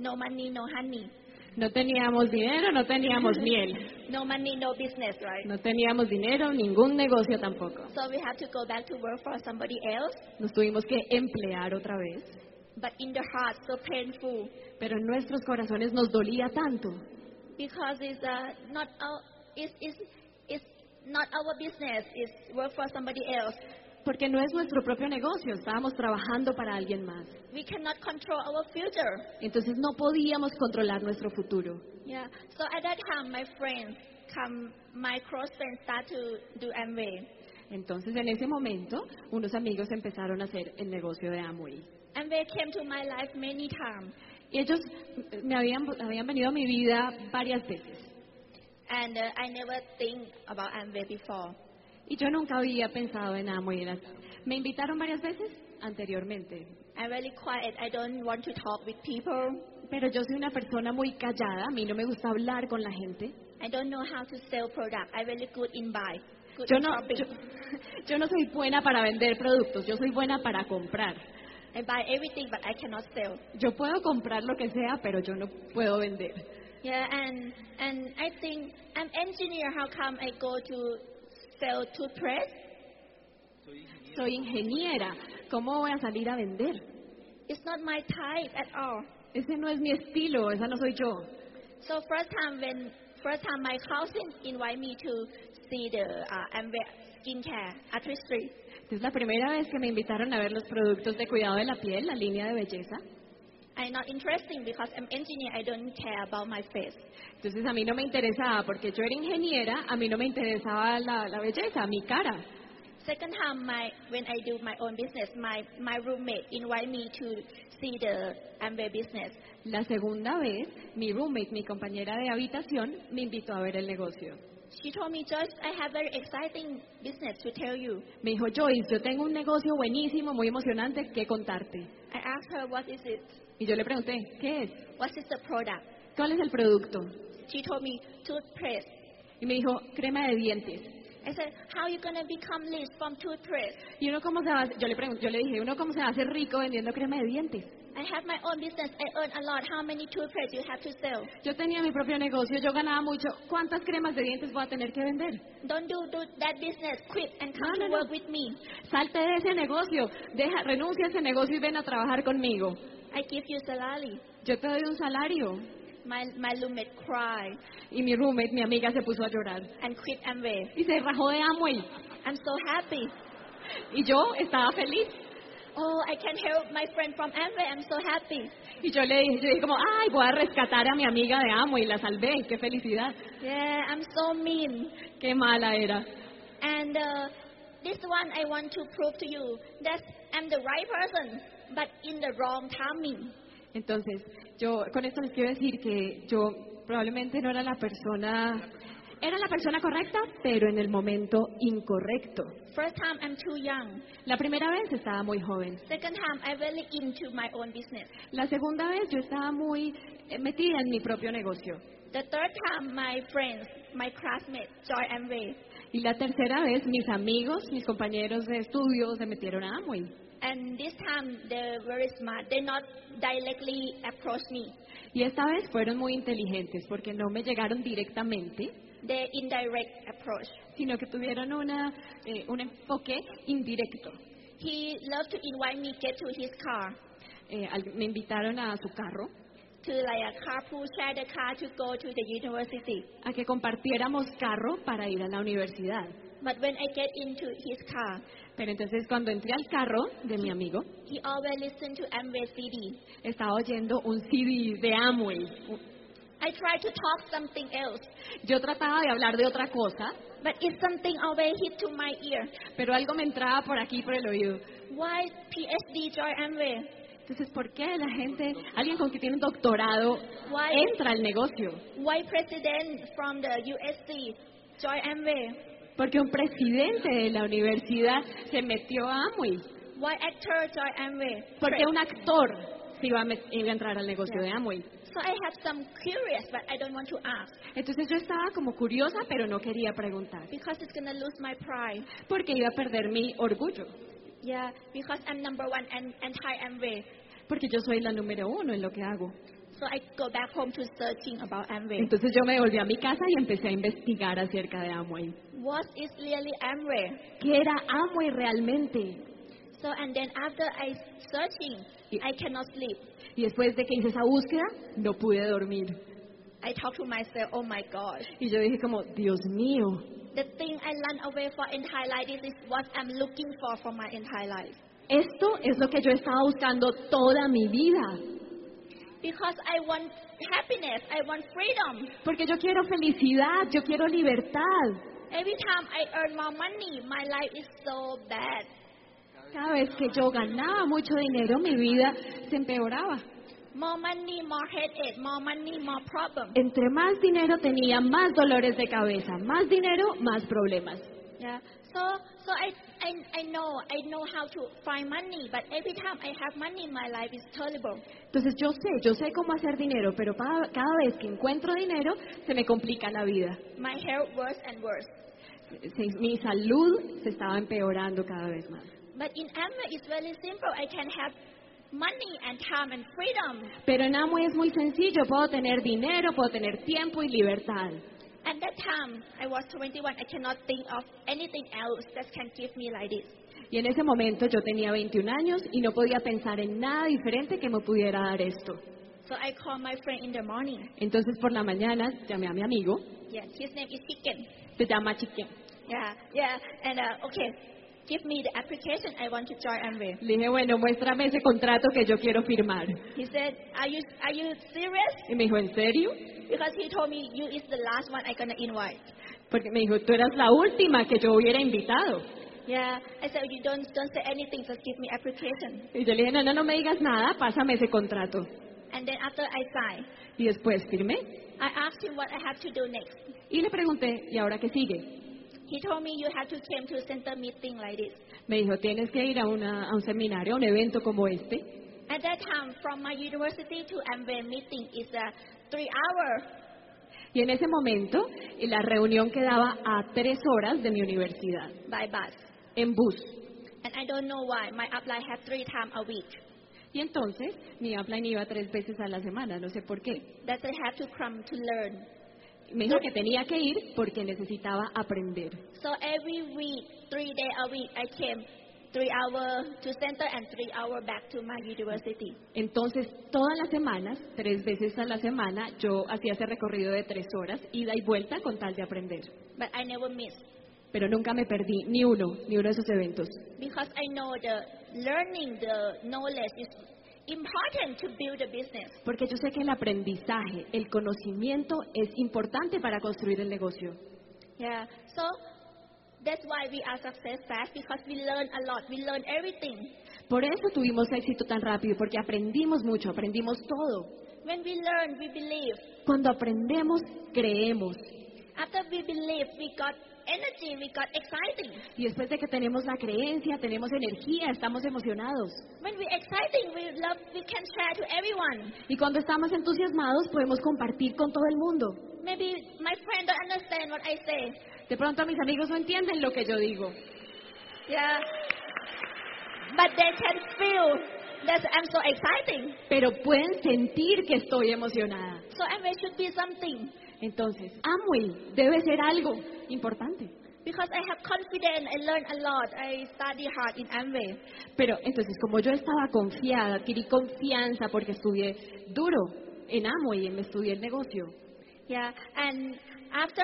S4: no money, no honey.
S5: no teníamos dinero, no teníamos miel,
S4: No money, no business, right?
S5: no teníamos dinero, ningún negocio tampoco.
S4: So we have to go back to work for somebody else.
S5: Nos tuvimos que emplear otra vez,
S4: But in the heart, so painful
S5: pero en nuestros corazones nos dolía tanto,
S4: because it's uh, not our, it's, it's, it's not our business. It's work for somebody else.
S5: porque no es nuestro propio negocio, estábamos trabajando para alguien más.
S4: We cannot control our future.
S5: Entonces no podíamos controlar nuestro futuro.
S4: Yeah. So at that time, my friends come, my close friends start to do Amway.
S5: Entonces en ese momento unos amigos empezaron a hacer el negocio de Amway.
S4: Amway came to my life many times,
S5: Y ellos eh, me habían, habían venido a mi vida varias veces.
S4: and uh, I never think about Amway before.
S5: Y yo nunca había pensado en Amway. Era- Me invitaron varias veces anteriormente.
S4: I'm really quiet. I don't want to talk with people.
S5: Pero yo soy una persona muy callada. A mí no me gusta hablar con la gente.
S4: I don't know how to sell product. I'm really good in buy, good
S5: Yo
S4: in
S5: no,
S4: shopping.
S5: yo, yo no soy buena para vender productos. Yo soy buena para comprar.
S4: I buy everything, but I cannot sell.
S5: Yo puedo comprar lo que sea, pero yo no puedo vender.
S4: Yeah, and and I think I'm engineer. How come I go to sell toothpaste.
S5: Soy ingeniera. ¿Cómo voy a salir a vender?
S4: It's not my type at all.
S5: Ese no es mi estilo, esa no soy yo.
S4: So first time when first time my cousin invited me to see the uh, Amway skincare artistry.
S5: Es la primera vez que me invitaron a ver los productos de cuidado de la piel, la línea de belleza.
S4: I'm not interesting because I'm engineer. I don't care about my face.
S5: Entonces a mí no me interesaba, porque yo era ingeniera, a mí no me interesaba la, la belleza, mi cara.
S4: Second time, my when I do my own business, my my roommate invited me to see the Amway business.
S5: La segunda vez, mi roommate, mi compañera de habitación, me invitó a ver el negocio.
S4: She told me, Joyce, I have very exciting business to tell you.
S5: Me dijo, Joyce, yo tengo un negocio buenísimo, muy emocionante que contarte.
S4: I asked her, what is it?
S5: Y yo le pregunté, ¿qué es?
S4: What is the product?
S5: ¿Cuál es el producto?
S4: She told me, toothpaste.
S5: Y me dijo, crema de dientes.
S4: I said, how you going to become rich from toothpaste?
S5: Y uno cómo se va a hacer- yo le pregunté, yo le dije, uno cómo se va a hacer rico vendiendo crema de dientes.
S4: I have my own business. I earn a lot. How many toothpaste you have to sell?
S5: Yo tenía mi propio negocio, yo ganaba mucho. ¿Cuántas cremas de dientes voy a tener que vender?
S4: Don't do, do that business. Quit and come
S5: No,
S4: to
S5: no, no.
S4: work with me.
S5: Salte de ese negocio, deja, renuncia a ese negocio y ven a trabajar conmigo.
S4: I give you salary.
S5: Yo te doy un salario.
S4: My my roommate cried
S5: Y mi roommate, mi amiga, se puso a llorar
S4: and quit Amway.
S5: y se rajó de Amway.
S4: I'm so happy.
S5: Y yo estaba feliz.
S4: Oh, I can help my friend from Amway. I'm so happy.
S5: Y yo le dije, yo dije como, ay, voy a rescatar a mi amiga de Amway, la salvé, qué felicidad.
S4: Yeah, I'm so mean.
S5: Qué mala era.
S4: And uh, this one I want to prove to you that I'm the right person, but in the wrong timing.
S5: Entonces, yo con esto les quiero decir que yo probablemente no era la persona, era la persona correcta, pero en el momento incorrecto.
S4: First time I'm too young.
S5: La primera vez estaba muy joven,
S4: Second time I'm really into my own business.
S5: la segunda vez yo estaba muy eh, metida en mi propio negocio
S4: The third time my friends, my classmates, join Amway.
S5: y la tercera vez mis amigos, mis compañeros de estudio se metieron a Amway.
S4: And this time they're very smart. They not directly approach me.
S5: Y esta vez fueron muy inteligentes porque no me llegaron directamente,
S4: They indirect approach.
S5: sino que tuvieron una, eh, un enfoque indirecto.
S4: He loved to invite me get to his car
S5: Eh, al- me invitaron a su carro
S4: to like a carpool share the car to go to the university.
S5: a que compartiéramos carro para ir a la universidad.
S4: But when I get into his car,
S5: Pero entonces cuando entré al carro de mi amigo,
S4: he always listen to Amway CD.
S5: estaba oyendo un CD de Amway.
S4: I try to talk something else,
S5: Yo trataba de hablar de otra cosa,
S4: but it's something always hit to my ear.
S5: pero algo me entraba por aquí, por el oído.
S4: Why PSD join Amway?
S5: Entonces, ¿por qué la gente, alguien con que tiene un doctorado,
S4: Why
S5: entra al negocio?
S4: why president from the USC join Amway?
S5: Porque un presidente de la universidad se metió a Amway.
S4: Why actor join Amway?
S5: Porque un actor se iba a, met- iba a entrar al negocio
S4: Ya.
S5: de Amway.
S4: So I have some curious, but I don't want to ask
S5: Entonces yo estaba como curiosa, pero no quería preguntar.
S4: because it's gonna lose my pride.
S5: Porque iba a perder mi orgullo.
S4: Yeah, because I'm number one and anti Amway.
S5: Porque yo soy la número uno en lo que hago.
S4: So I go back home to searching about Amway.
S5: Entonces yo me volví a mi casa y empecé a investigar acerca de Amway.
S4: What is really Amway?
S5: ¿Qué era Amway realmente?
S4: So and then after I searching,
S5: Yeah.
S4: I cannot sleep.
S5: Y después de que hice esa búsqueda, no pude dormir.
S4: I talk to myself, oh my gosh,
S5: Y yo dije como, Dios mío,
S4: the thing I run away for entire life, this is what I'm looking for for my entire life.
S5: esto es lo que yo estaba buscando toda mi vida.
S4: Because I want happiness, I want freedom.
S5: Porque yo quiero felicidad, yo quiero libertad.
S4: Every time I earn more money, my life is so bad.
S5: Cada vez que yo ganaba mucho dinero, mi vida se empeoraba.
S4: More money, more headache, more money, more problem.
S5: Entre más dinero tenía, más dolores de cabeza. Más dinero, más problemas.
S4: Yeah. So so I, I I know I know how to find money, but every time I have money my life is terrible.
S5: Entonces yo sé, yo sé cómo hacer dinero, pero pa- cada vez que encuentro dinero, se me complica la vida.
S4: My health worse and worse.
S5: Se- mi salud se estaba empeorando cada vez más.
S4: But in Amma it's very simple. I can have money and time and freedom.
S5: Pero en Amway es muy sencillo, puedo tener dinero, puedo tener tiempo y libertad.
S4: And And that time, I was 21. I cannot think of anything else that can give me like this.
S5: Y en ese momento yo tenía 21 años y no podía pensar en nada diferente que me pudiera dar esto.
S4: So I called my friend in the morning.
S5: Entonces por la mañana llamé a mi amigo,
S4: Yeah, his name is Chicken.
S5: se llama Chiquen.
S4: Yeah, yeah. And uh, okay, give me the application. I want to join Amway.
S5: Le dije, bueno, muéstrame ese contrato que yo quiero firmar.
S4: He said, are you are you serious?
S5: Y me dijo, ¿en serio?
S4: Because he told me you is the last one I gonna invite.
S5: Porque me dijo, tú eras la última que yo hubiera invitado.
S4: Yeah. I said, you don't don't say anything. Just give me application.
S5: Y yo le dije, no, no, no me digas nada, pásame ese contrato.
S4: And then after I sign,
S5: Y después firmé.
S4: I asked him what I have to do next.
S5: Y le pregunté, ¿y ahora qué sigue?
S4: He told me you have to come to center meeting like this.
S5: Me dijo, tienes que ir a, una- a un seminario, a un evento como este.
S4: At that time, from my university to Amway meeting is a three hour.
S5: Y en ese momento, y la reunión quedaba a tres horas de mi universidad,
S4: by bus.
S5: en bus.
S4: And I don't know why. My upline had three times a week.
S5: Y entonces, mi upline iba tres veces a la semana, no sé por qué.
S4: That I have to come to learn.
S5: Me dijo que tenía que ir porque necesitaba aprender.
S4: So every week, three days a week, I came three hour to center and three hour back to my university.
S5: Entonces, todas las semanas, tres veces a la semana, yo hacía ese recorrido de tres horas, ida y vuelta con tal de aprender.
S4: But I never miss
S5: Pero nunca me perdí ni uno, ni uno de esos eventos.
S4: because I know the learning, the knowledge is important to build a business.
S5: Porque yo sé que el aprendizaje, el conocimiento es importante para construir el negocio.
S4: Yeah. So that's why we are success fast because we learn a lot. We learn everything.
S5: Por eso tuvimos éxito tan rápido, porque aprendimos mucho, aprendimos todo.
S4: When we learn, we believe.
S5: Cuando aprendemos, creemos.
S4: After we believe, we got energy, we got exciting.
S5: Y después de que tenemos la creencia, tenemos energía, estamos emocionados.
S4: When we exciting, we love, we can share to everyone.
S5: Y cuando estamos entusiasmados, podemos compartir con todo el mundo.
S4: Maybe my friend don't understand what I say.
S5: De pronto mis amigos no entienden lo que yo digo,
S4: Yeah. But they can feel that I'm so exciting.
S5: pero pueden sentir que estoy emocionada.
S4: So Amway should be something
S5: Entonces, Amway debe ser algo importante.
S4: because I have confidence. I learn a lot. I study hard in Amway.
S5: Pero entonces, como yo estaba confiada, adquirí confianza porque estudié duro en Amway, me estudié el negocio.
S4: Yeah. And after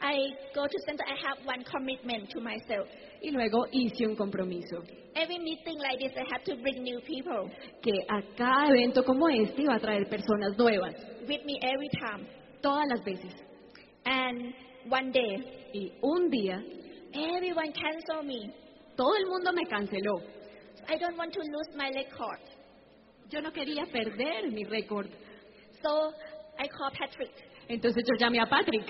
S4: I go to center, I have one commitment to myself.
S5: Y luego hice un compromiso,
S4: Every meeting like this, I have to bring new people
S5: que a cada evento como este iba a traer personas nuevas,
S4: with me every time.
S5: todas las veces.
S4: And one day,
S5: Y un día,
S4: everyone cancel me.
S5: todo el mundo me canceló.
S4: I don't want to lose my record.
S5: Yo no quería perder mi récord.
S4: So I called Patrick.
S5: Entonces yo llamé a Patrick.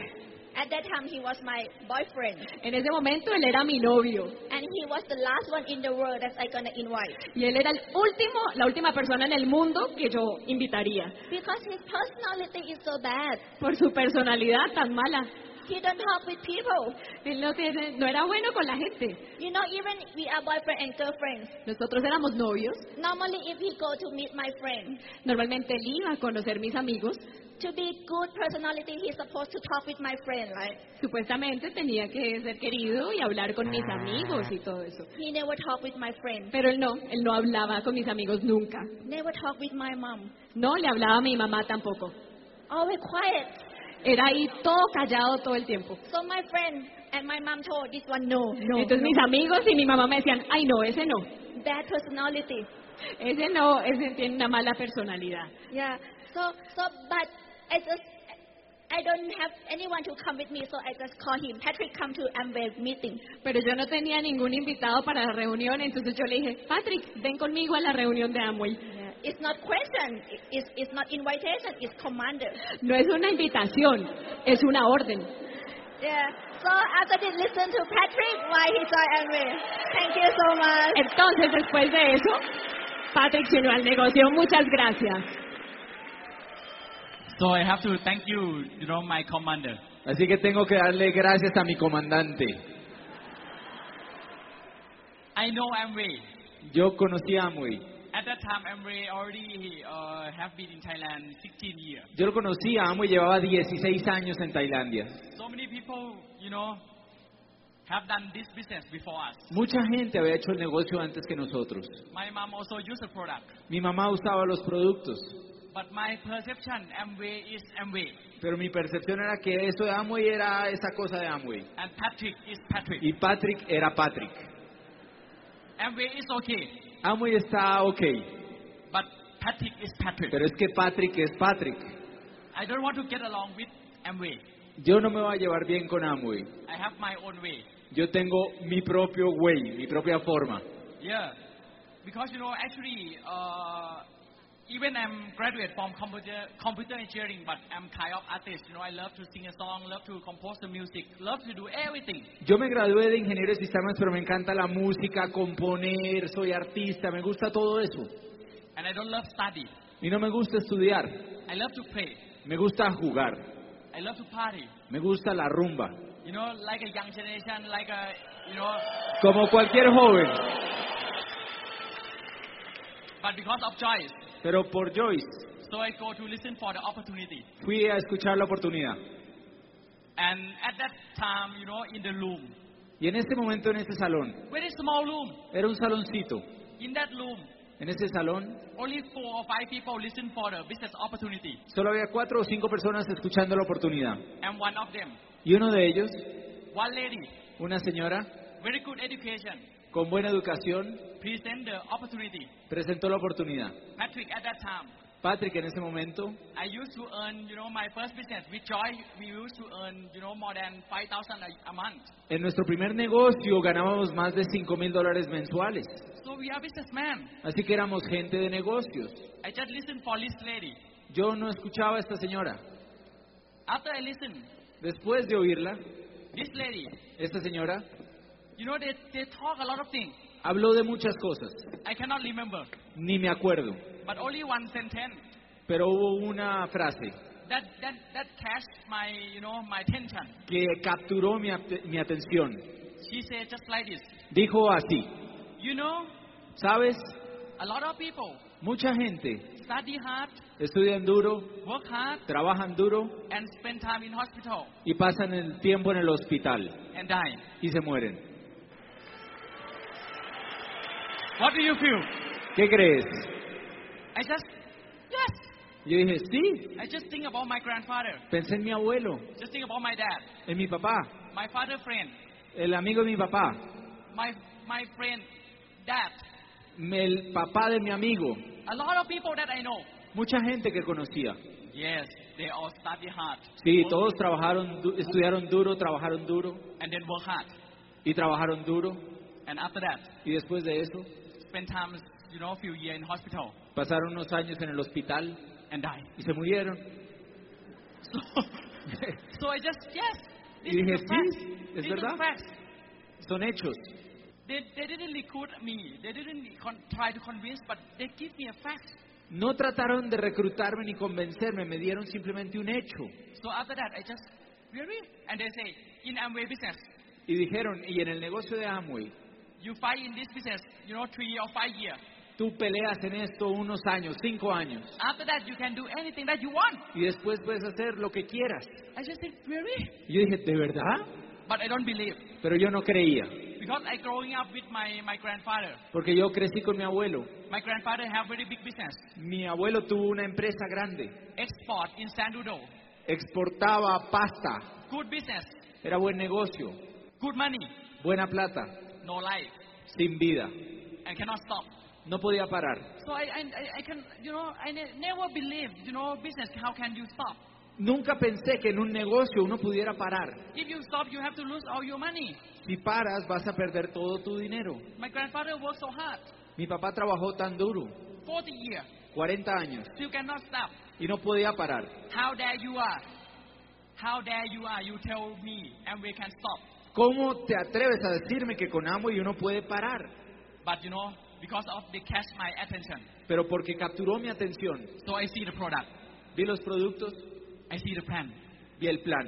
S4: At that time, he was my boyfriend.
S5: En ese momento él era mi novio
S4: And he was the last one in the world that I gonna invite.
S5: y él era el último, la última persona en el mundo que yo invitaría
S4: Because his personality is so bad.
S5: por su personalidad tan mala.
S4: He don't talk with people.
S5: Él no, tiene- no era bueno con la gente.
S4: You know, even we are boyfriend and girlfriends.
S5: Nosotros éramos novios.
S4: Normally, if he go to meet my friend,
S5: Normalmente él iba a conocer mis amigos.
S4: to be good personality, he's supposed to talk with my friend, right?
S5: Supuestamente tenía que ser querido y hablar con
S4: Ah.
S5: mis amigos y todo eso.
S4: He never talk with my friend.
S5: Pero él no, él no hablaba con mis amigos nunca.
S4: Never talk with my mom.
S5: No le hablaba a mi mamá tampoco.
S4: Always quiet.
S5: Era ahí todo callado todo el tiempo.
S4: So my friend and my mom told this one no, no,
S5: Entonces mis amigos y mi mamá me decían, ay no, ese no.
S4: bad personality.
S5: Ese no, ese tiene una mala personalidad.
S4: Yeah. So so but I just I don't have anyone to come with me, so I just call him. Patrick, come to Amway meeting.
S5: Pero yo no tenía ningún invitado para la reunión, entonces yo le dije, Patrick, ven conmigo a la reunión de Amway.
S4: It's not question. it- It's it's not invitation. It's commander.
S5: No es una invitación, es una orden.
S4: Yeah. So after this, listen to Patrick why he joined Amway. Thank you so much.
S5: Entonces, después de eso, Patrick se unió al negocio. Muchas gracias.
S2: So I have to thank you, you know, my commander.
S3: Así que tengo que darle gracias a mi comandante.
S2: I know Amway.
S3: Yo conocí a Amway.
S2: At that time, Amway already uh, have been in Thailand 16 years.
S3: Yo lo conocí a Amway, llevaba 16 años en Tailandia.
S2: So many people, you know, have done this business before us.
S3: Mucha gente había hecho el negocio antes que nosotros.
S2: My mom also used the product,
S3: Mi mamá usaba los productos,
S2: but my perception Amway is Amway,
S3: pero mi percepción era que eso de Amway era esa cosa de Amway.
S2: and Patrick is Patrick.
S3: Y Patrick era Patrick.
S2: Amway is okay,
S3: Amway está ok,
S2: but Patrick is Patrick.
S3: pero es que Patrick es Patrick.
S2: I don't want to get along with Amway.
S3: Yo no me voy a llevar bien con Amway.
S2: I have my own way.
S3: Yo tengo mi propio way, mi propia forma.
S2: Yeah, because you know, actually, uh, even I'm graduate from computer computer engineering, but I'm kind of artist. You know, I love to sing a song, love to compose the music, love to do everything.
S3: Yo me gradué de ingeniero de sistemas, pero me encanta la música, componer, soy artista, me gusta todo eso.
S2: And I don't love study.
S3: Y no me gusta estudiar,
S2: I love to play.
S3: me gusta jugar,
S2: I love to party.
S3: me gusta la rumba.
S2: You know, like a young generation, like a you know.
S3: Como cualquier joven,
S2: But because of choice,
S3: pero por Joyce
S2: so I go to listen for the opportunity.
S3: fui a escuchar la oportunidad.
S2: And at that time, you know, in the room,
S3: Y en este momento en este salón,
S2: very small room.
S3: era un saloncito,
S2: In that room,
S3: en ese salón
S2: only four or five people listen for the business opportunity.
S3: solo había cuatro o cinco personas escuchando la oportunidad.
S2: I'm one of them.
S3: Y uno de ellos,
S2: One lady,
S3: una señora
S2: very good education,
S3: con buena educación,
S2: present the opportunity.
S3: presentó la oportunidad.
S2: Patrick, at that time,
S3: Patrick en ese momento,
S2: I used to earn, you know, my first business with Joy. We used to earn, you know, more than five thousand a month.
S3: en nuestro primer negocio ganábamos más de 5 mil dólares mensuales.
S2: So we are businessmen.
S3: Así que éramos gente de negocios.
S2: I just listened for this lady.
S3: Yo no escuchaba a esta señora.
S2: After I listened,
S3: Después de oírla,
S2: this lady,
S3: esta señora
S2: you know, they, they talk a lot of things.
S3: habló de muchas cosas,
S2: I cannot remember,
S3: ni me acuerdo,
S2: but only one sentence
S3: pero hubo una frase
S2: that that that catch my, you know, my attention.
S3: que capturó mi, ate- mi atención.
S2: She said just like this.
S3: Dijo así,
S2: You know,
S3: ¿sabes?
S2: a lot of people
S3: Mucha gente
S2: study hard,
S3: estudian duro,
S2: work hard,
S3: trabajan duro
S2: and spend time in hospital
S3: y pasan el tiempo en el hospital
S2: and die.
S3: y se mueren.
S2: What do you feel?
S3: ¿Qué crees?
S2: I just, yes.
S3: Yo dije, sí,
S2: I just think about my grandfather.
S3: pensé en mi abuelo,
S2: Just think about my dad,
S3: en mi papá,
S2: my father friend,
S3: el amigo de mi papá,
S2: my my friend, dad.
S3: el papá de mi amigo,
S2: A lot of people that I know.
S3: mucha gente que conocía.
S2: Yes, they all study hard.
S3: Sí,
S2: work,
S3: todos trabajaron, du- estudiaron duro, trabajaron duro
S2: And then work hard.
S3: y trabajaron duro
S2: And after that,
S3: y después de eso
S2: spend time, you know, few years in hospital
S3: pasaron unos años en el hospital
S2: and die.
S3: y se murieron.
S2: So, so I just, yes, this
S3: Y dije,
S2: is a fact.
S3: sí, es
S2: This is
S3: verdad.
S2: fact.
S3: Son hechos.
S2: They, they didn't recruit me. They didn't con- try to convince, but they give me a fact.
S3: No trataron de reclutarme ni convencerme, me dieron simplemente un hecho.
S2: So after that, I just, really? And they say, in Amway business,
S3: Y dijeron, y en el negocio de Amway,
S2: you fight in this business, you know, three or five years.
S3: tú peleas en esto unos años, cinco años,
S2: After that, you can do anything that you want.
S3: y después puedes hacer lo que quieras.
S2: I just think, really?
S3: Y yo dije, ¿de verdad?
S2: But I don't believe.
S3: Pero yo no creía,
S2: Because I growing up with my, my grandfather.
S3: porque yo crecí con mi abuelo.
S2: My grandfather have very big business.
S3: Mi abuelo tuvo una empresa grande,
S2: Export in Sandudo.
S3: exportaba pasta,
S2: Good business.
S3: era buen negocio,
S2: Good money.
S3: buena plata,
S2: No life.
S3: sin vida,
S2: And cannot stop.
S3: no podía parar.
S2: So I, I, I- I can, you know, I ne- never believed, you know, business, how can you stop?
S3: Nunca pensé que en un negocio uno pudiera parar.
S2: If you stop, you have to lose all your money.
S3: Si paras vas a perder todo tu dinero.
S2: My grandfather worked so hard,
S3: Mi papá trabajó tan duro,
S2: 40 years,
S3: 40 años,
S2: still cannot stop.
S3: y no podía parar.
S2: How dare you are? How dare you are? You tell me, and we can stop.
S3: ¿Cómo te atreves a decirme que con amo y uno puede parar?
S2: But you know, because of they catch my attention,
S3: Pero porque capturó mi atención.
S2: so I see the product,
S3: Vi los productos,
S2: I see the plan,
S3: vi el plan.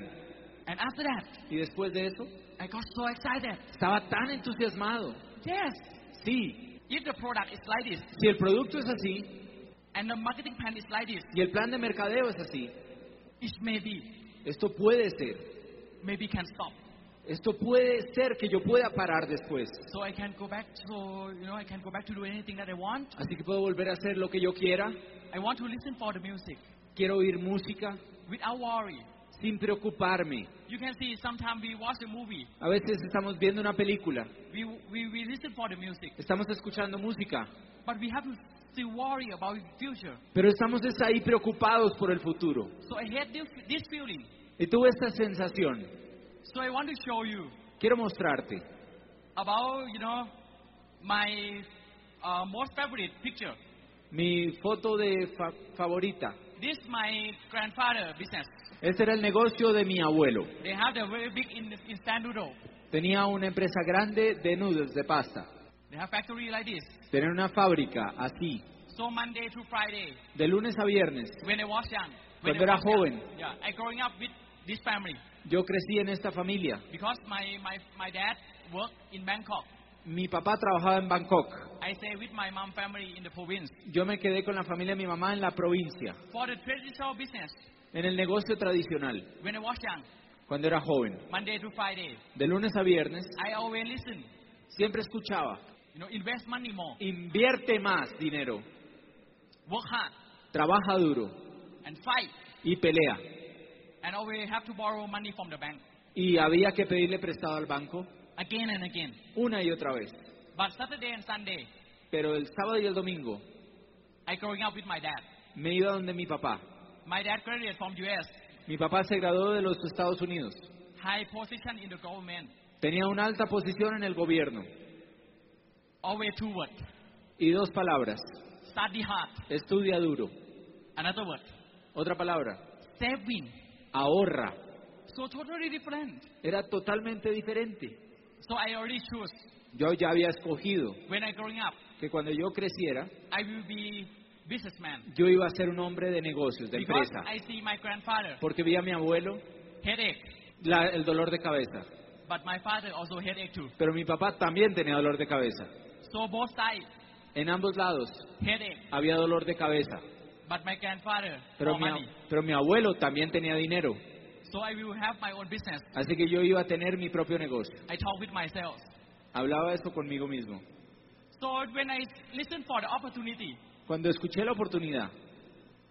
S2: and after that,
S3: Y después de eso,
S2: I got so excited.
S3: estaba tan entusiasmado.
S2: Yes.
S3: Sí,
S2: If the product is like this,
S3: si el producto es así,
S2: and the marketing plan is like this,
S3: y el plan de mercadeo es así,
S2: it may be
S3: esto puede ser.
S2: maybe can stop.
S3: Esto puede ser que yo pueda parar después.
S2: So I can go back. So you know, I can go back to do anything that I want.
S3: Así que puedo volver a hacer lo que yo quiera.
S2: I want to listen for the music
S3: Quiero oír música
S2: without worry.
S3: sin preocuparme.
S2: You can see sometimes we watch a movie,
S3: A veces estamos viendo una película,
S2: we, we, we listen for the music,
S3: estamos escuchando música,
S2: but we have to still worry about the future.
S3: pero estamos es ahí preocupados por el futuro.
S2: So I had this, this feeling.
S3: Y tuve esta sensación.
S2: So I want to show you
S3: Quiero mostrarte
S2: about you know my uh, most favorite picture.
S3: mi foto de fa- favorita.
S2: This my grandfather business.
S3: Este era el negocio de mi abuelo.
S2: They have the very big in instant noodle.
S3: Tenía una empresa grande de noodles de pasta.
S2: They have factory like this.
S3: Tenía una fábrica así,
S2: So Monday to Friday,
S3: de lunes a viernes.
S2: when I was young, when
S3: Cuando
S2: I
S3: era
S2: was young,
S3: joven.
S2: yeah, I growing up with this family
S3: Yo crecí en esta familia.
S2: because my my my dad worked in Bangkok.
S3: Mi papá trabajaba en Bangkok.
S2: I stay with my mom family in the province
S3: Yo me quedé con la familia de mi mamá en la provincia,
S2: for the traditional business.
S3: en el negocio tradicional,
S2: When I was young,
S3: cuando era joven.
S2: Monday to Friday,
S3: De lunes a viernes
S2: I always listen.
S3: siempre escuchaba,
S2: You know, invest money more,
S3: invierte más dinero,
S2: work hard,
S3: trabaja duro
S2: and fight,
S3: y pelea.
S2: and always have to borrow money from the bank
S3: Y había que pedirle prestado al banco
S2: again and again.
S3: una y otra vez.
S2: But Saturday and Sunday,
S3: Pero el sábado y el domingo
S2: I growing up with my dad.
S3: me iba donde mi papá.
S2: My dad graduated from U.S.
S3: Mi papá se graduó de los Estados Unidos.
S2: high position in the government,
S3: Tenía una alta posición en el gobierno.
S2: always two words.
S3: Y dos palabras,
S2: Study hard.
S3: estudia duro.
S2: Another word,
S3: Otra palabra,
S2: saving.
S3: ahorra.
S2: So totally different.
S3: Era totalmente diferente.
S2: So I already choose.
S3: Yo ya había escogido
S2: When I growing up,
S3: que cuando yo creciera,
S2: I will be businessman.
S3: yo iba a ser un hombre de negocios, de
S2: Because
S3: empresa.
S2: I see my grandfather
S3: Porque vi a mi abuelo
S2: headache,
S3: la- el dolor de cabeza.
S2: but my father also headache too.
S3: Pero mi papá también tenía dolor de cabeza.
S2: So both sides
S3: En ambos lados
S2: headache,
S3: había dolor de cabeza.
S2: but my grandfather
S3: Pero
S2: more
S3: mi,
S2: money.
S3: a- pero mi abuelo también tenía dinero.
S2: So I will have my own business.
S3: Así que yo iba a tener mi propio negocio.
S2: I talk with myself.
S3: Hablaba eso conmigo mismo.
S2: So when I listen for the opportunity,
S3: Cuando escuché la oportunidad,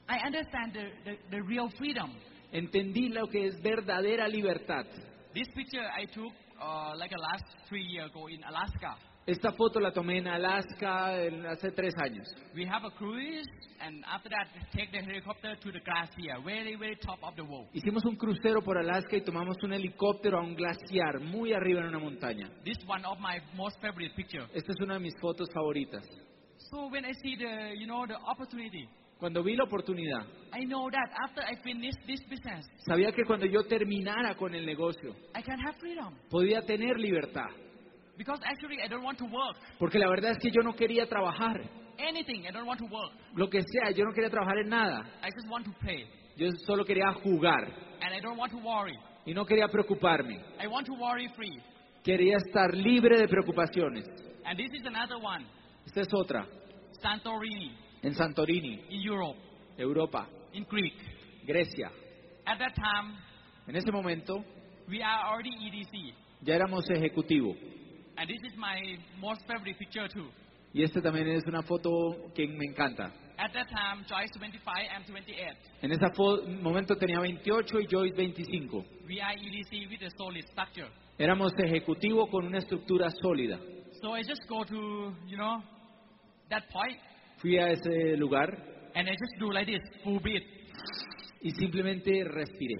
S2: I understand the, the, the real freedom.
S3: entendí lo que es verdadera libertad.
S2: This picture I took uh, like a last three years ago in Alaska.
S3: Esta foto la tomé en Alaska en- hace tres años.
S2: We have a cruise, and after that, take the helicopter to the glacier, very, very top of the world.
S3: Hicimos un crucero por Alaska y tomamos un helicóptero a un glaciar muy arriba en una montaña.
S2: This one of my most favorite picture.
S3: Esta es una de mis fotos favoritas.
S2: So when I see the, you know, the opportunity,
S3: Cuando vi la oportunidad,
S2: I know that after I finish this business,
S3: sabía que cuando yo terminara con el negocio,
S2: I can have freedom.
S3: podía tener libertad.
S2: Because actually, I don't want to work
S3: Porque la verdad es que yo no quería trabajar,
S2: anything. I don't want to work.
S3: lo que sea, yo no quería trabajar en nada.
S2: I just want to play,
S3: Yo solo quería jugar
S2: and I don't want to worry.
S3: y no quería preocuparme.
S2: I want to worry free.
S3: Quería estar libre de preocupaciones.
S2: And this is another one,
S3: Esta es otra,
S2: Santorini,
S3: en Santorini,
S2: in Europe,
S3: Europa,
S2: in Greek.
S3: Grecia.
S2: At that time,
S3: En ese momento
S2: we are already EDC.
S3: ya éramos ejecutivo.
S2: And this is my most favorite picture too.
S3: Y esta también es una foto que me encanta.
S2: At that time, Joyce 25, I'm 28.
S3: En ese momento tenía 28 y Joyce 25.
S2: We are EDC with a solid structure.
S3: Éramos ejecutivo con una estructura sólida.
S2: So I just go to, you know, that point,
S3: Fui a ese lugar
S2: and I just do like this, full breath.
S3: y simplemente respiré.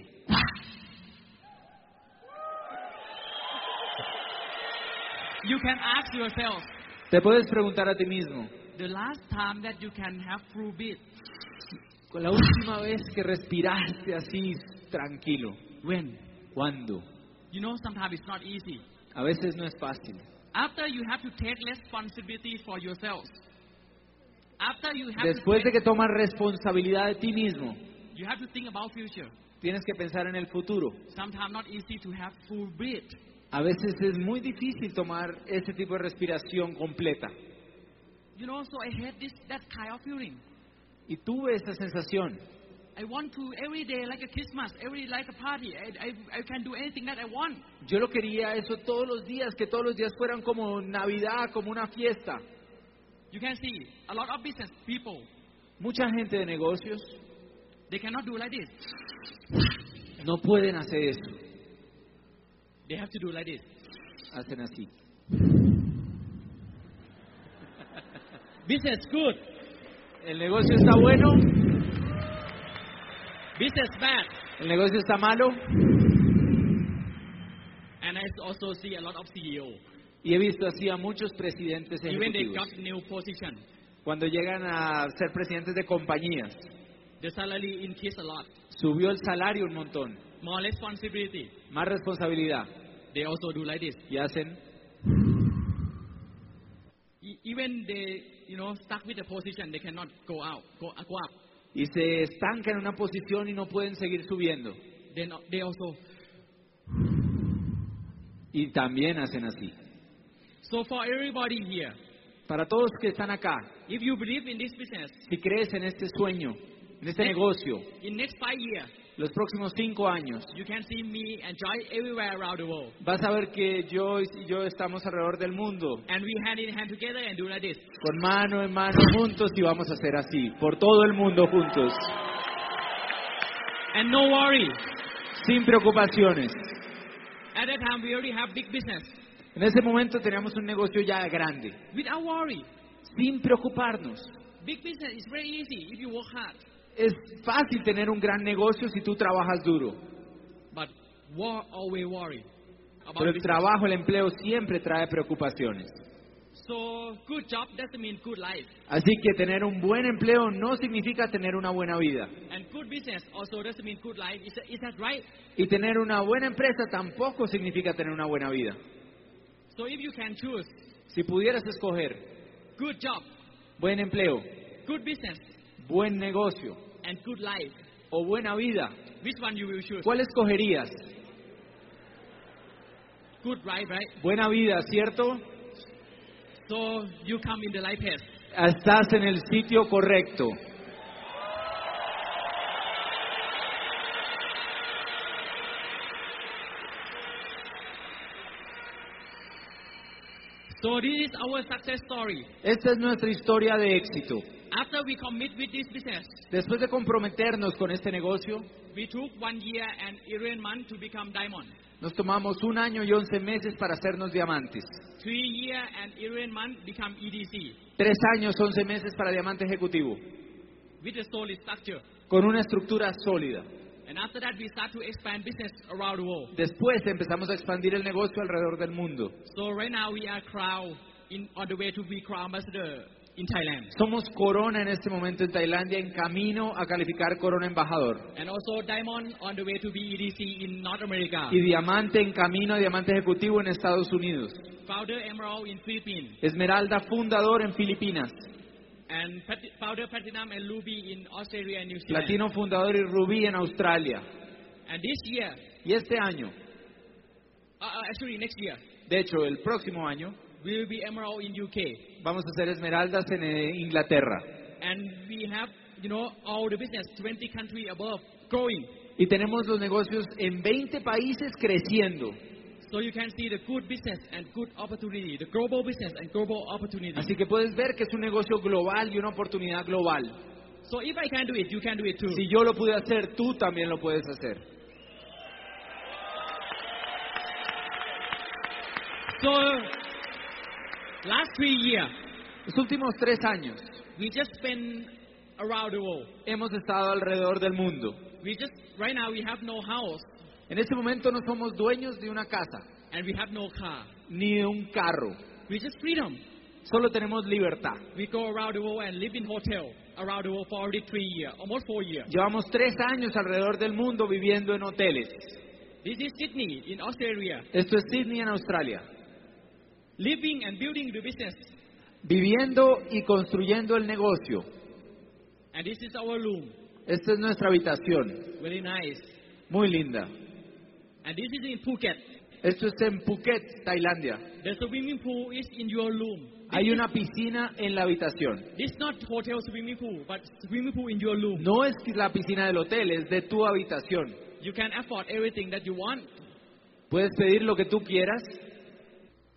S2: You can ask yourself,
S3: Te puedes preguntar a ti mismo,
S2: the last time that you can have full breath,
S3: ¿con la última vez que respiraste así tranquilo?
S2: when?
S3: ¿Cuándo?
S2: You know, sometimes it's not easy.
S3: A veces no es fácil.
S2: After you have to take responsibility for yourself. After you have
S3: Después
S2: to
S3: de
S2: take,
S3: que tomas responsabilidad de ti mismo,
S2: you have to think about future.
S3: tienes que pensar en el futuro.
S2: Sometimes not easy to have full breath.
S3: A veces es muy difícil tomar este tipo de respiración completa.
S2: You know, so I had this that kind of feeling.
S3: Y tuve esa sensación.
S2: I want to every day like a Christmas, every like a party. I, I, I can do anything that I want.
S3: Yo lo quería eso todos los días, que todos los días fueran como Navidad, como una fiesta.
S2: You can see a lot of business people,
S3: Mucha gente de negocios
S2: they cannot do like this.
S3: no pueden hacer eso,
S2: They have to do like this.
S3: hacen así.
S2: Business good,
S3: El negocio está bueno,
S2: business bad.
S3: el negocio está malo
S2: And I also see a lot of E CEO.
S3: y he visto así a muchos presidentes
S2: Even they
S3: ejecutivos.
S2: got new position,
S3: Cuando llegan a ser presidentes de compañías,
S2: the salary increase a lot,
S3: subió el salario un montón,
S2: more responsibility.
S3: más responsabilidad
S2: They also do like this.
S3: y hacen
S2: E- Even they, you know, stuck with the position, they cannot go out, go, go up.
S3: y se estancan en una posición y no pueden seguir subiendo
S2: Then they also.
S3: y también hacen así.
S2: So for everybody here,
S3: Para todos que están acá,
S2: if you believe in this business,
S3: Si crees en este sueño, en este negocio,
S2: in next five years,
S3: los próximos cinco años,
S2: you can see me and Joy everywhere around the world.
S3: vas a ver que yo y yo estamos alrededor del mundo,
S2: And we hand in hand together and do like this.
S3: con mano en mano juntos y vamos a hacer así, por todo el mundo juntos,
S2: And no worry.
S3: sin preocupaciones.
S2: At that time, we already have big business.
S3: En ese momento teníamos un negocio ya grande,
S2: Without worry.
S3: sin preocuparnos.
S2: Big business is very easy if you work hard.
S3: Es fácil tener un gran negocio si tú trabajas duro,
S2: But war always worry about
S3: pero el
S2: business.
S3: trabajo, el empleo siempre trae preocupaciones.
S2: So good job doesn't mean good life.
S3: Así que tener un buen empleo no significa tener una buena vida.
S2: And good business also doesn't mean good life. Is that, is that right?
S3: Y tener una buena empresa tampoco significa tener una buena vida.
S2: So if you can choose
S3: Si pudieras escoger
S2: good job,
S3: buen empleo,
S2: good business,
S3: buen negocio
S2: and good life,
S3: o buena vida,
S2: which one you will choose?
S3: ¿cuál escogerías?
S2: Good life, right?
S3: Buena vida, ¿cierto?
S2: So you come in the life path.
S3: Estás en el sitio correcto.
S2: So this is our success story.
S3: Esta es nuestra historia de éxito.
S2: After we commit with this business,
S3: Después de comprometernos con este negocio,
S2: we took one year and 11 months to become diamond.
S3: nos tomamos un año y once meses para hacernos diamantes.
S2: Three year and 11 months become E EDC
S3: Tres años, once meses para diamante ejecutivo,
S2: with a solid structure.
S3: con una estructura sólida.
S2: And after that, we start to expand business around the world.
S3: Después empezamos a expandir el negocio alrededor del mundo.
S2: So right now we are crown in on the way to be crown ambassador in Thailand.
S3: Somos corona en este momento en Tailandia en camino a calificar corona embajador
S2: And also diamond on the way to be EDC in North America.
S3: y diamante en camino a diamante ejecutivo en Estados Unidos.
S2: Founder Emerald in Philippines.
S3: Esmeralda fundador en Filipinas,
S2: And Plat- founder Platinum and Ruby in Australia and New Zealand.
S3: platino fundador y rubí en Australia.
S2: And this year,
S3: Y este año,
S2: uh, uh, actually next year,
S3: de hecho el próximo año,
S2: we will be Emerald in UK.
S3: vamos a hacer esmeraldas en eh, Inglaterra.
S2: And we have, you know, all the business, 20 country above, growing.
S3: Y tenemos los negocios en 20 países creciendo.
S2: So you can see the good business and good opportunity, the global business and global opportunity.
S3: Así que puedes ver que es un negocio global y una oportunidad global.
S2: So if I can do it, you can do it too.
S3: Si yo lo pude hacer, tú también lo puedes hacer.
S2: So last three years,
S3: Los últimos tres años
S2: we just spent around the world.
S3: hemos estado alrededor del mundo.
S2: We just right now we have no house
S3: En este momento no somos dueños de una casa
S2: and we have no car.
S3: ni de un carro.
S2: We just freedom.
S3: Solo tenemos libertad.
S2: We go around the world and live in hotel around the world for already three years, almost four years.
S3: Llevamos tres años alrededor del mundo viviendo en hoteles.
S2: This is Sydney in Australia,
S3: Esto es Sydney en Australia.
S2: living and building the business.
S3: Viviendo y construyendo el negocio.
S2: And this is our room,
S3: Esta es nuestra habitación.
S2: very nice.
S3: Muy linda.
S2: And this is in Phuket,
S3: Esto es en Phuket, Tailandia.
S2: The swimming pool is in your room.
S3: Hay una piscina en la habitación.
S2: This not hotel swimming pool, but swimming pool in your room.
S3: No es la piscina del hotel, es de tu habitación.
S2: You can afford everything that you want.
S3: Puedes pedir lo que tú quieras,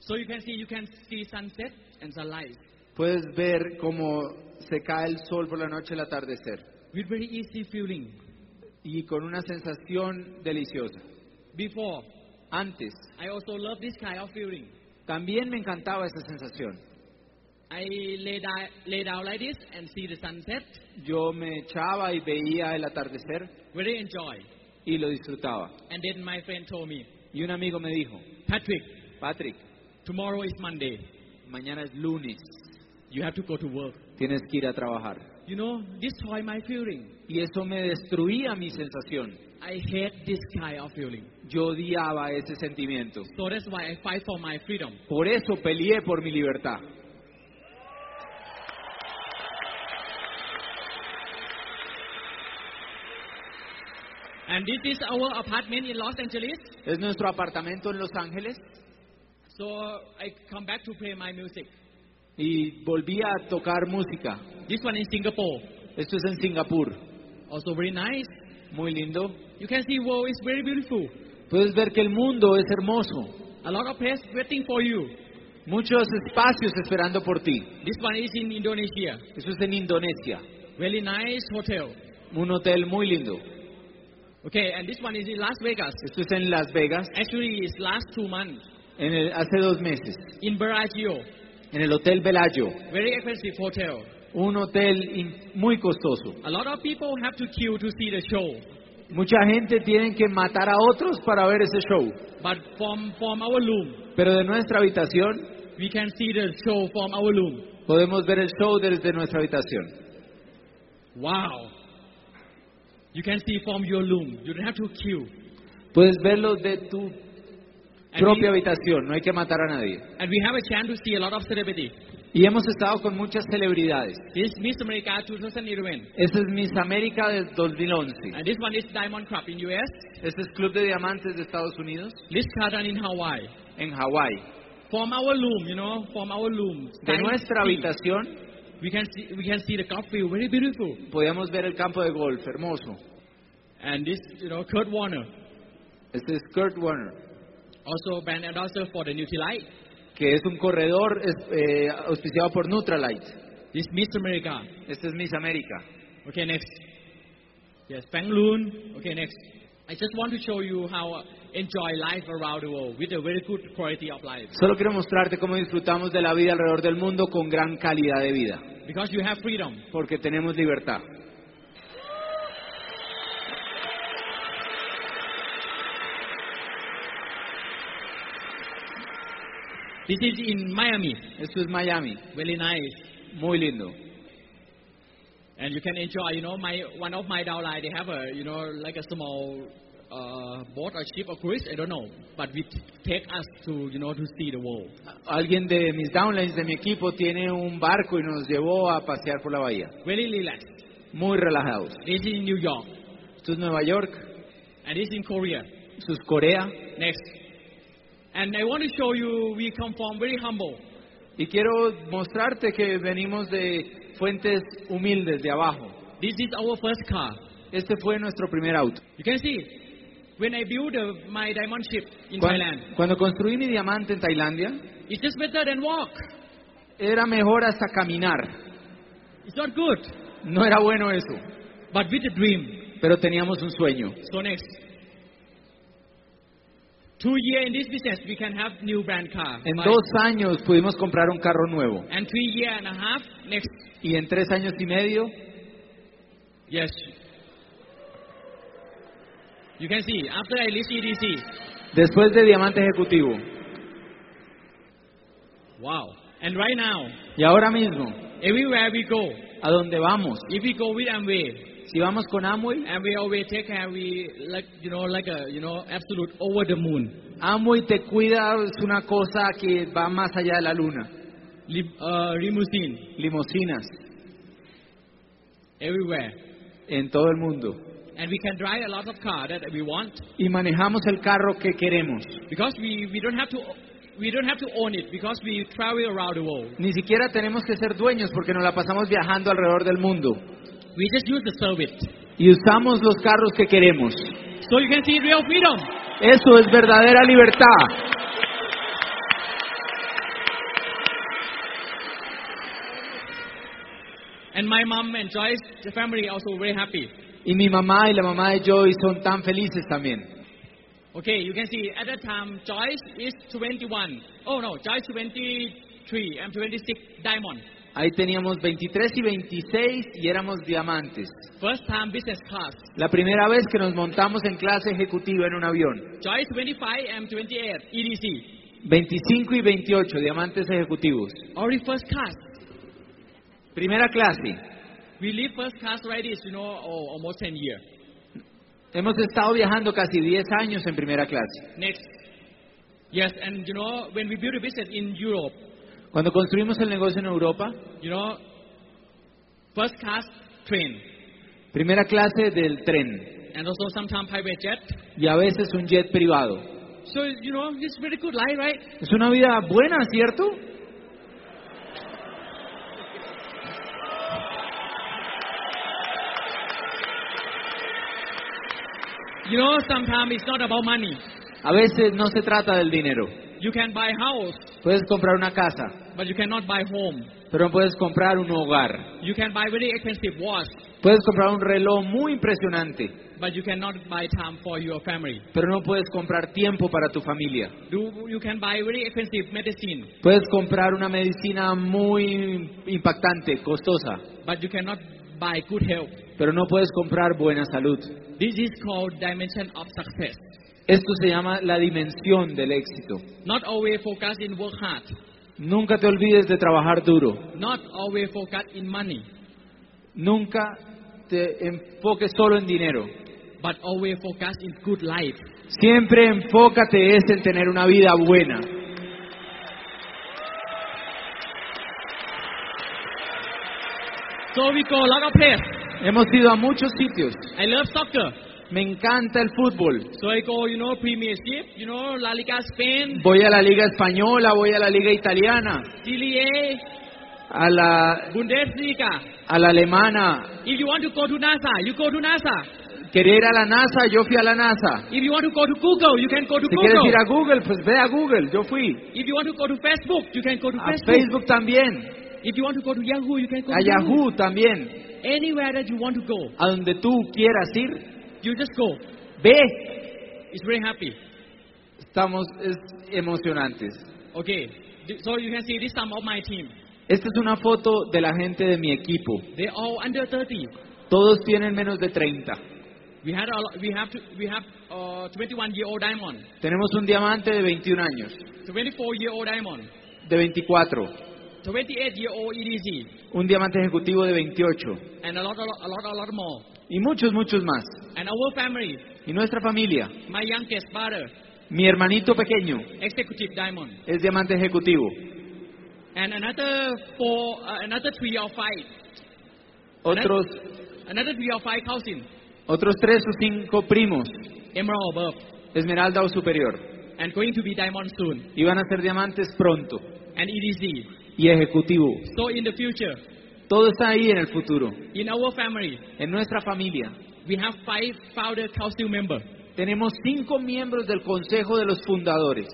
S2: So you can see, you can see sunset and sunrise
S3: puedes ver cómo se cae el sol por la noche, el atardecer,
S2: with very easy feeling.
S3: y con una sensación deliciosa.
S2: Before,
S3: Antes,
S2: I also love this kind of feeling.
S3: también me encantaba esa sensación.
S2: I lay, di- lay down like this and see the sunset.
S3: Yo me echaba y veía el atardecer
S2: Very enjoy.
S3: y lo disfrutaba.
S2: And then my friend told me,
S3: Y un amigo me dijo,
S2: Patrick,
S3: Patrick,
S2: tomorrow is Monday.
S3: mañana es lunes,
S2: You have to go to work.
S3: tienes que ir a trabajar.
S2: You know, destroy my feeling.
S3: Y eso me destruía mi sensación.
S2: I hate this kind of feeling.
S3: Yo odiaba ese sentimiento.
S2: So that's why I fight for my freedom.
S3: Por eso peleé por mi libertad.
S2: And this is our apartment in Los Angeles.
S3: Es nuestro apartamento en Los Ángeles
S2: So I come back to play my music.
S3: y volví a tocar música.
S2: This one in Singapore.
S3: Esto es en Singapur.
S2: Also very nice.
S3: Muy lindo.
S2: You can see world is very beautiful.
S3: Puedes ver que el mundo es hermoso.
S2: A lot of place waiting for you.
S3: Muchos espacios esperando por ti.
S2: This one is in Indonesia.
S3: Eso es en Indonesia.
S2: Very nice hotel.
S3: Un hotel muy lindo.
S2: Okay, and this one is in Las Vegas.
S3: Esto es en Las Vegas,
S2: Actually, it's last two months
S3: en el- hace dos meses.
S2: in Bellagio.
S3: En el Hotel Velayo.
S2: Very expensive hotel.
S3: Un hotel in- muy costoso.
S2: A lot of people have to queue to see the show.
S3: Mucha gente tiene que matar a otros para ver ese show.
S2: But from, from our room,
S3: Pero de nuestra habitación
S2: we can see the show from our room.
S3: podemos ver el show desde nuestra habitación.
S2: Wow. You can see from your room. You don't have to queue.
S3: Puedes verlo de tu
S2: And,
S3: propia
S2: we,
S3: habitación, no hay que matar a nadie.
S2: and we have a chance to see a lot of celebrity.
S3: Y hemos estado con muchas celebridades.
S2: This Miss America 2011.
S3: Este es Miss América del 2011.
S2: And this one is Diamond Club in US.
S3: Este es Club de Diamantes de Estados Unidos,
S2: Liz Carden in Hawaii.
S3: en Hawái.
S2: From our room, you know, from our room.
S3: De nuestra
S2: Sky sea.
S3: habitación
S2: We can see, we can see the golf field, very beautiful.
S3: podíamos ver el campo de golf, hermoso.
S2: And this, you know, Kurt Warner,
S3: Este es Kurt Warner,
S2: also brand ambassador for the Nutrilite.
S3: que es un corredor es- eh, auspiciado por Nutralight.
S2: This Miss America.
S3: Este es Miss América.
S2: Okay, next. Yes, Bangloon. Okay, next. I just want to show you how uh, enjoy life around the world with a very good quality of life.
S3: Solo quiero mostrarte cómo disfrutamos de la vida alrededor del mundo con gran calidad de vida,
S2: Because you have freedom.
S3: porque tenemos libertad.
S2: This is in Miami.
S3: Esto es Miami,
S2: Very nice.
S3: muy lindo.
S2: And you can enjoy, you know, my one of my downline, they have a, you know, like a small uh, boat or ship or cruise, I don't know. But we t- take us to, you know, to see the world.
S3: Alguien de mis downlines de mi equipo tiene un barco y nos llevó a pasear por la bahía.
S2: Very relaxed.
S3: Muy relajados.
S2: This is in New York.
S3: Esto es Nueva York,
S2: And this is in Korea.
S3: esto es Corea.
S2: Next. And I want to show you, we come from very humble.
S3: Y quiero mostrarte que venimos de fuentes humildes, de abajo.
S2: This is our first car.
S3: Este fue nuestro primer auto.
S2: You can see, when I build uh, my diamond ship in
S3: Cuan-
S2: Thailand,
S3: Cuando, construí mi diamante en Tailandia,
S2: it's just better than walk.
S3: era mejor hasta caminar.
S2: It's not good,
S3: No era bueno eso,
S2: but with a dream.
S3: pero teníamos un sueño.
S2: So next. Two years in this business, we can have new brand car.
S3: En
S2: But-
S3: dos años pudimos comprar un carro nuevo
S2: and three year and a half, next.
S3: y en tres años y medio,
S2: Yes. You can see, after I list E EDC,
S3: después de Diamante Ejecutivo
S2: Wow. And right now,
S3: y ahora mismo,
S2: everywhere we go,
S3: a dónde vamos,
S2: if we go with Amway,
S3: si vamos con Amway,
S2: Amway always take care, we like, you know, like a, you know, absolute over the moon.
S3: Amway te cuida es una cosa que va más allá de la luna.
S2: Lim, uh, limousine,
S3: Limosinas
S2: everywhere.
S3: en todo el mundo
S2: And we can drive a lot of car that we want
S3: y manejamos el carro que queremos
S2: because we, we don't have to, we don't have to own it because we travel around the world.
S3: Ni siquiera tenemos que ser dueños porque nos la pasamos viajando alrededor del mundo.
S2: We just use the service.
S3: Y usamos los carros que queremos.
S2: So you can see real freedom.
S3: Eso es verdadera libertad.
S2: And my mom and Joyce, the family also very happy.
S3: Y mi mamá y la mamá de Joy son tan felices también.
S2: Okay, you can see at that time Joyce is 21. Oh no, Joyce 23 and 26 diamond.
S3: Ahí teníamos 23 y 26 y éramos diamantes.
S2: First time business class.
S3: La primera vez que nos montamos en clase ejecutiva en un avión.
S2: Joyce 25 and 28 EDC.
S3: 25 y 28, diamantes ejecutivos.
S2: Already first class.
S3: Primera clase.
S2: We leave first class already, you know, oh, almost 10 years.
S3: Hemos estado viajando casi 10 años en primera clase.
S2: Next. Yes, and you know, when we build a business in Europe,
S3: Cuando construimos el negocio en Europa,
S2: you know, first class train
S3: primera clase del tren
S2: and also sometimes private jet.
S3: y a veces un jet privado.
S2: So, you know, it's very good life, right?
S3: Es una vida buena, ¿cierto?
S2: You know, sometimes it's not about money.
S3: A veces no se trata del dinero.
S2: You can buy house,
S3: Puedes comprar una casa,
S2: but you cannot buy home.
S3: pero no puedes comprar un hogar.
S2: You can buy very expensive watch,
S3: Puedes comprar un reloj muy impresionante,
S2: but you cannot buy time for your family.
S3: pero no puedes comprar tiempo para tu familia.
S2: Do, you can buy very expensive medicine,
S3: Puedes comprar una medicina muy impactante, costosa,
S2: but you cannot buy good health.
S3: pero no puedes comprar buena salud.
S2: This is called dimension of success.
S3: Esto se llama la dimensión del éxito.
S2: Not always focus in work hard.
S3: Nunca te olvides de trabajar duro.
S2: Not always focus in money,
S3: Nunca te enfoques solo en dinero.
S2: but always focus in good life.
S3: Siempre enfócate es en tener una vida buena.
S2: So we go a lot of place.
S3: Hemos ido a muchos sitios.
S2: I love soccer.
S3: Me encanta el fútbol.
S2: So I go, you know, Premiership, you know, La Liga Spain,
S3: Voy a la liga española, voy a la liga italiana,
S2: Serie A,
S3: a la,
S2: Bundesliga.
S3: a la alemana.
S2: If you want to go to NASA, you go to NASA.
S3: Quería ir a la NASA, yo fui a la NASA.
S2: If you want to go to Google, you can go to
S3: Si quieres
S2: Google.
S3: ir a Google, pues ve a Google, yo fui.
S2: If you want to go to Facebook, you can go to
S3: A
S2: Facebook.
S3: Facebook también,
S2: If you want to go to Yahoo, you can go
S3: a
S2: to
S3: Yahoo también.
S2: Anywhere that you want to go,
S3: A donde tú quieras ir,
S2: you just go.
S3: ve.
S2: It's very happy.
S3: Estamos es, emocionantes.
S2: Okay. Th- So you can see this some of my team.
S3: Esta es una foto de la gente de mi equipo.
S2: They all under 30.
S3: Todos tienen menos de 30.
S2: We had a lot, we have to, we have uh, 21 year old diamond,
S3: Tenemos un diamante de 21 años,
S2: 24 year old diamond,
S3: de 24,
S2: 28 year old EDC,
S3: un diamante ejecutivo de 28
S2: and a lot, a lot, a lot, a lot more.
S3: y muchos, muchos más.
S2: And our family,
S3: Y nuestra familia,
S2: my youngest brother,
S3: mi hermanito pequeño
S2: executive diamond.
S3: es diamante ejecutivo.
S2: And another four, uh, another three or five.
S3: Otros,
S2: Another three or five thousand.
S3: otros tres o cinco primos,
S2: Emerald above.
S3: esmeralda o superior,
S2: And going to be diamond soon.
S3: y van a ser diamantes pronto
S2: And EDC.
S3: y ejecutivo.
S2: So in the future,
S3: Todo está ahí en el futuro.
S2: in our family,
S3: En nuestra familia
S2: we have five founder council members.
S3: tenemos cinco miembros del Consejo de los Fundadores.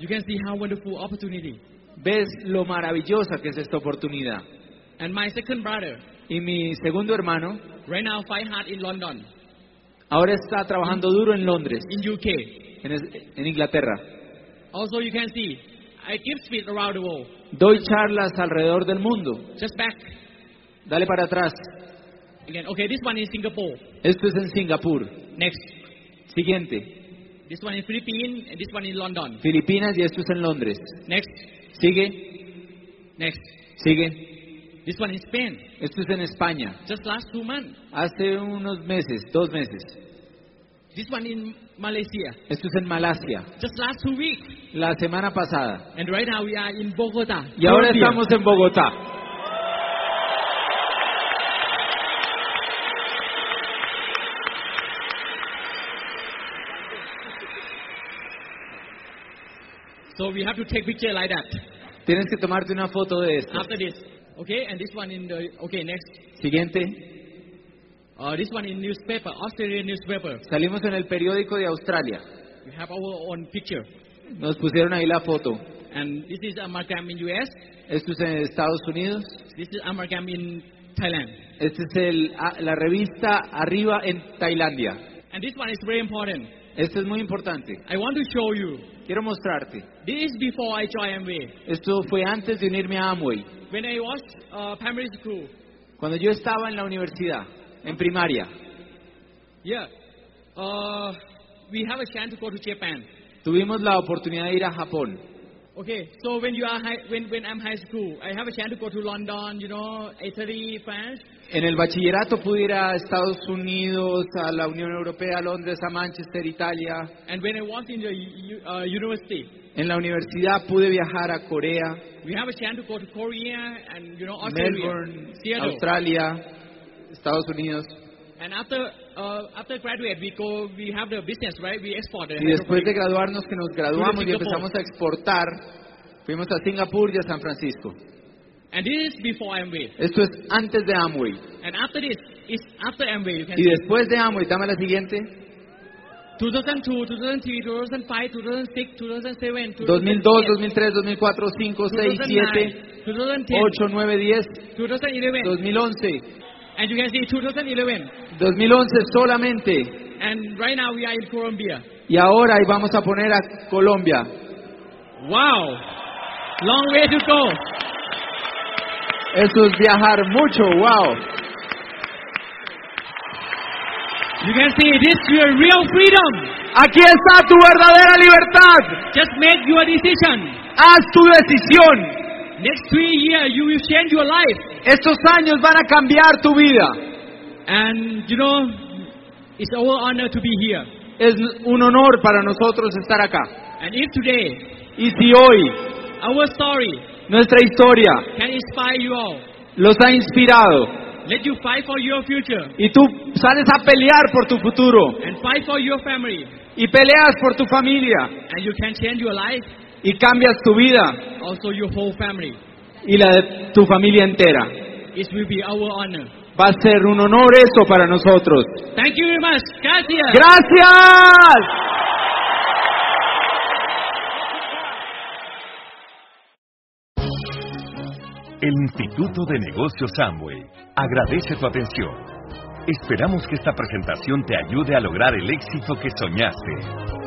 S2: You can see how wonderful opportunity.
S3: ¿Ves lo maravillosa que es esta oportunidad?
S2: And my second brother,
S3: Y mi segundo hermano
S2: right now fight hard in London,
S3: ahora está trabajando duro en Londres,
S2: in UK.
S3: en, es- en Inglaterra.
S2: Also, you can see, I give speech around the world.
S3: Doy charlas alrededor del mundo.
S2: Just back
S3: Dale para atrás.
S2: again. Okay, this one is Singapore.
S3: Esto es en Singapur.
S2: Next,
S3: Siguiente,
S2: this one in Philippines, and this one in London.
S3: Filipinas y esto es en Londres.
S2: Next,
S3: Sigue,
S2: next,
S3: sigue.
S2: this one in Spain.
S3: Esto es en España.
S2: Just last two months.
S3: Hace unos meses, dos meses.
S2: This one in Malaysia.
S3: Esto es en Malasia.
S2: Just last two weeks.
S3: La semana pasada.
S2: And right now we are in Bogota.
S3: Y ahora
S2: Colombia.
S3: estamos en Bogotá.
S2: So we have to take picture like that.
S3: Tienes que tomarte una foto de esto.
S2: After this, okay, and this one in the okay next.
S3: Siguiente.
S2: Uh, this one in newspaper, Australian newspaper.
S3: Salimos en el periódico de Australia.
S2: We have our own picture,
S3: Nos pusieron ahí la foto.
S2: and this is amalgam in US.
S3: Esto es en Estados Unidos.
S2: This is amalgam in Thailand,
S3: Esta es el- ah, la revista Arriba en Tailandia.
S2: and this one is very important.
S3: Esto es muy importante.
S2: I want to show you.
S3: Quiero mostrarte.
S2: This is before I joined MV.
S3: Esto fue antes de unirme a Amway.
S2: When I was uh, primary school,
S3: Cuando yo estaba en la universidad, en primaria,
S2: yeah, uh, we have a chance to go to Japan.
S3: tuvimos la oportunidad de ir a Japón.
S2: Okay, so when you are high, when when I'm high school, I have a chance to go to London, you know, Italy, France.
S3: En el bachillerato pude ir a Estados Unidos, a la Unión Europea, a Londres, a Manchester, Italia.
S2: And when I was in the u- u- uh, university,
S3: En la universidad pude viajar a Corea,
S2: we have a chance to go to Korea and you know Australia,
S3: Melbourne,
S2: Seattle.
S3: Australia, Estados Unidos.
S2: And after uh, after graduate, we go. We have the business, right? We export. the
S3: Y después de
S2: hydroponic.
S3: graduarnos, que nos graduamos y
S2: Singapur.
S3: empezamos a exportar, fuimos a Singapur y a San Francisco.
S2: and this is before Amway.
S3: Esto es antes de Amway.
S2: And after this, it's after Amway. You can
S3: Y
S2: see.
S3: después de Amway, dame la siguiente.
S2: 2002, 2003, 2005, 2006, 2007,
S3: 2002, 2003, 2004, 5, 6, 7,
S2: 2009, 2010,
S3: 8, 9, 10,
S2: 2011,
S3: Oh, 2011.
S2: and you can see 2011.
S3: 2011 solamente.
S2: And right now we are in Colombia.
S3: Y ahora ahí vamos a poner a Colombia.
S2: Wow, long way to go.
S3: Eso es viajar mucho, wow.
S2: You can see this is your real freedom.
S3: Aquí está tu verdadera libertad.
S2: Just make your decision.
S3: Haz tu decisión.
S2: Next three years you will change your life.
S3: Estos años van a cambiar tu vida.
S2: And you know, it's our honor to be here.
S3: Es un honor para nosotros estar acá.
S2: And if today
S3: Y si hoy
S2: our story
S3: nuestra historia
S2: can inspire you all,
S3: los ha inspirado
S2: let you fight for your future
S3: y tú sales a pelear por tu futuro
S2: and fight for your family,
S3: y peleas por tu familia
S2: and you can change your life,
S3: y cambias tu vida
S2: also your whole family.
S3: y la de tu familia entera,
S2: It will be our honor.
S3: va a ser un honor eso para nosotros.
S2: Thank you very much. Gracias.
S3: Gracias.
S1: El Instituto de Negocios Amway agradece tu atención. Esperamos que esta presentación te ayude a lograr el éxito que soñaste.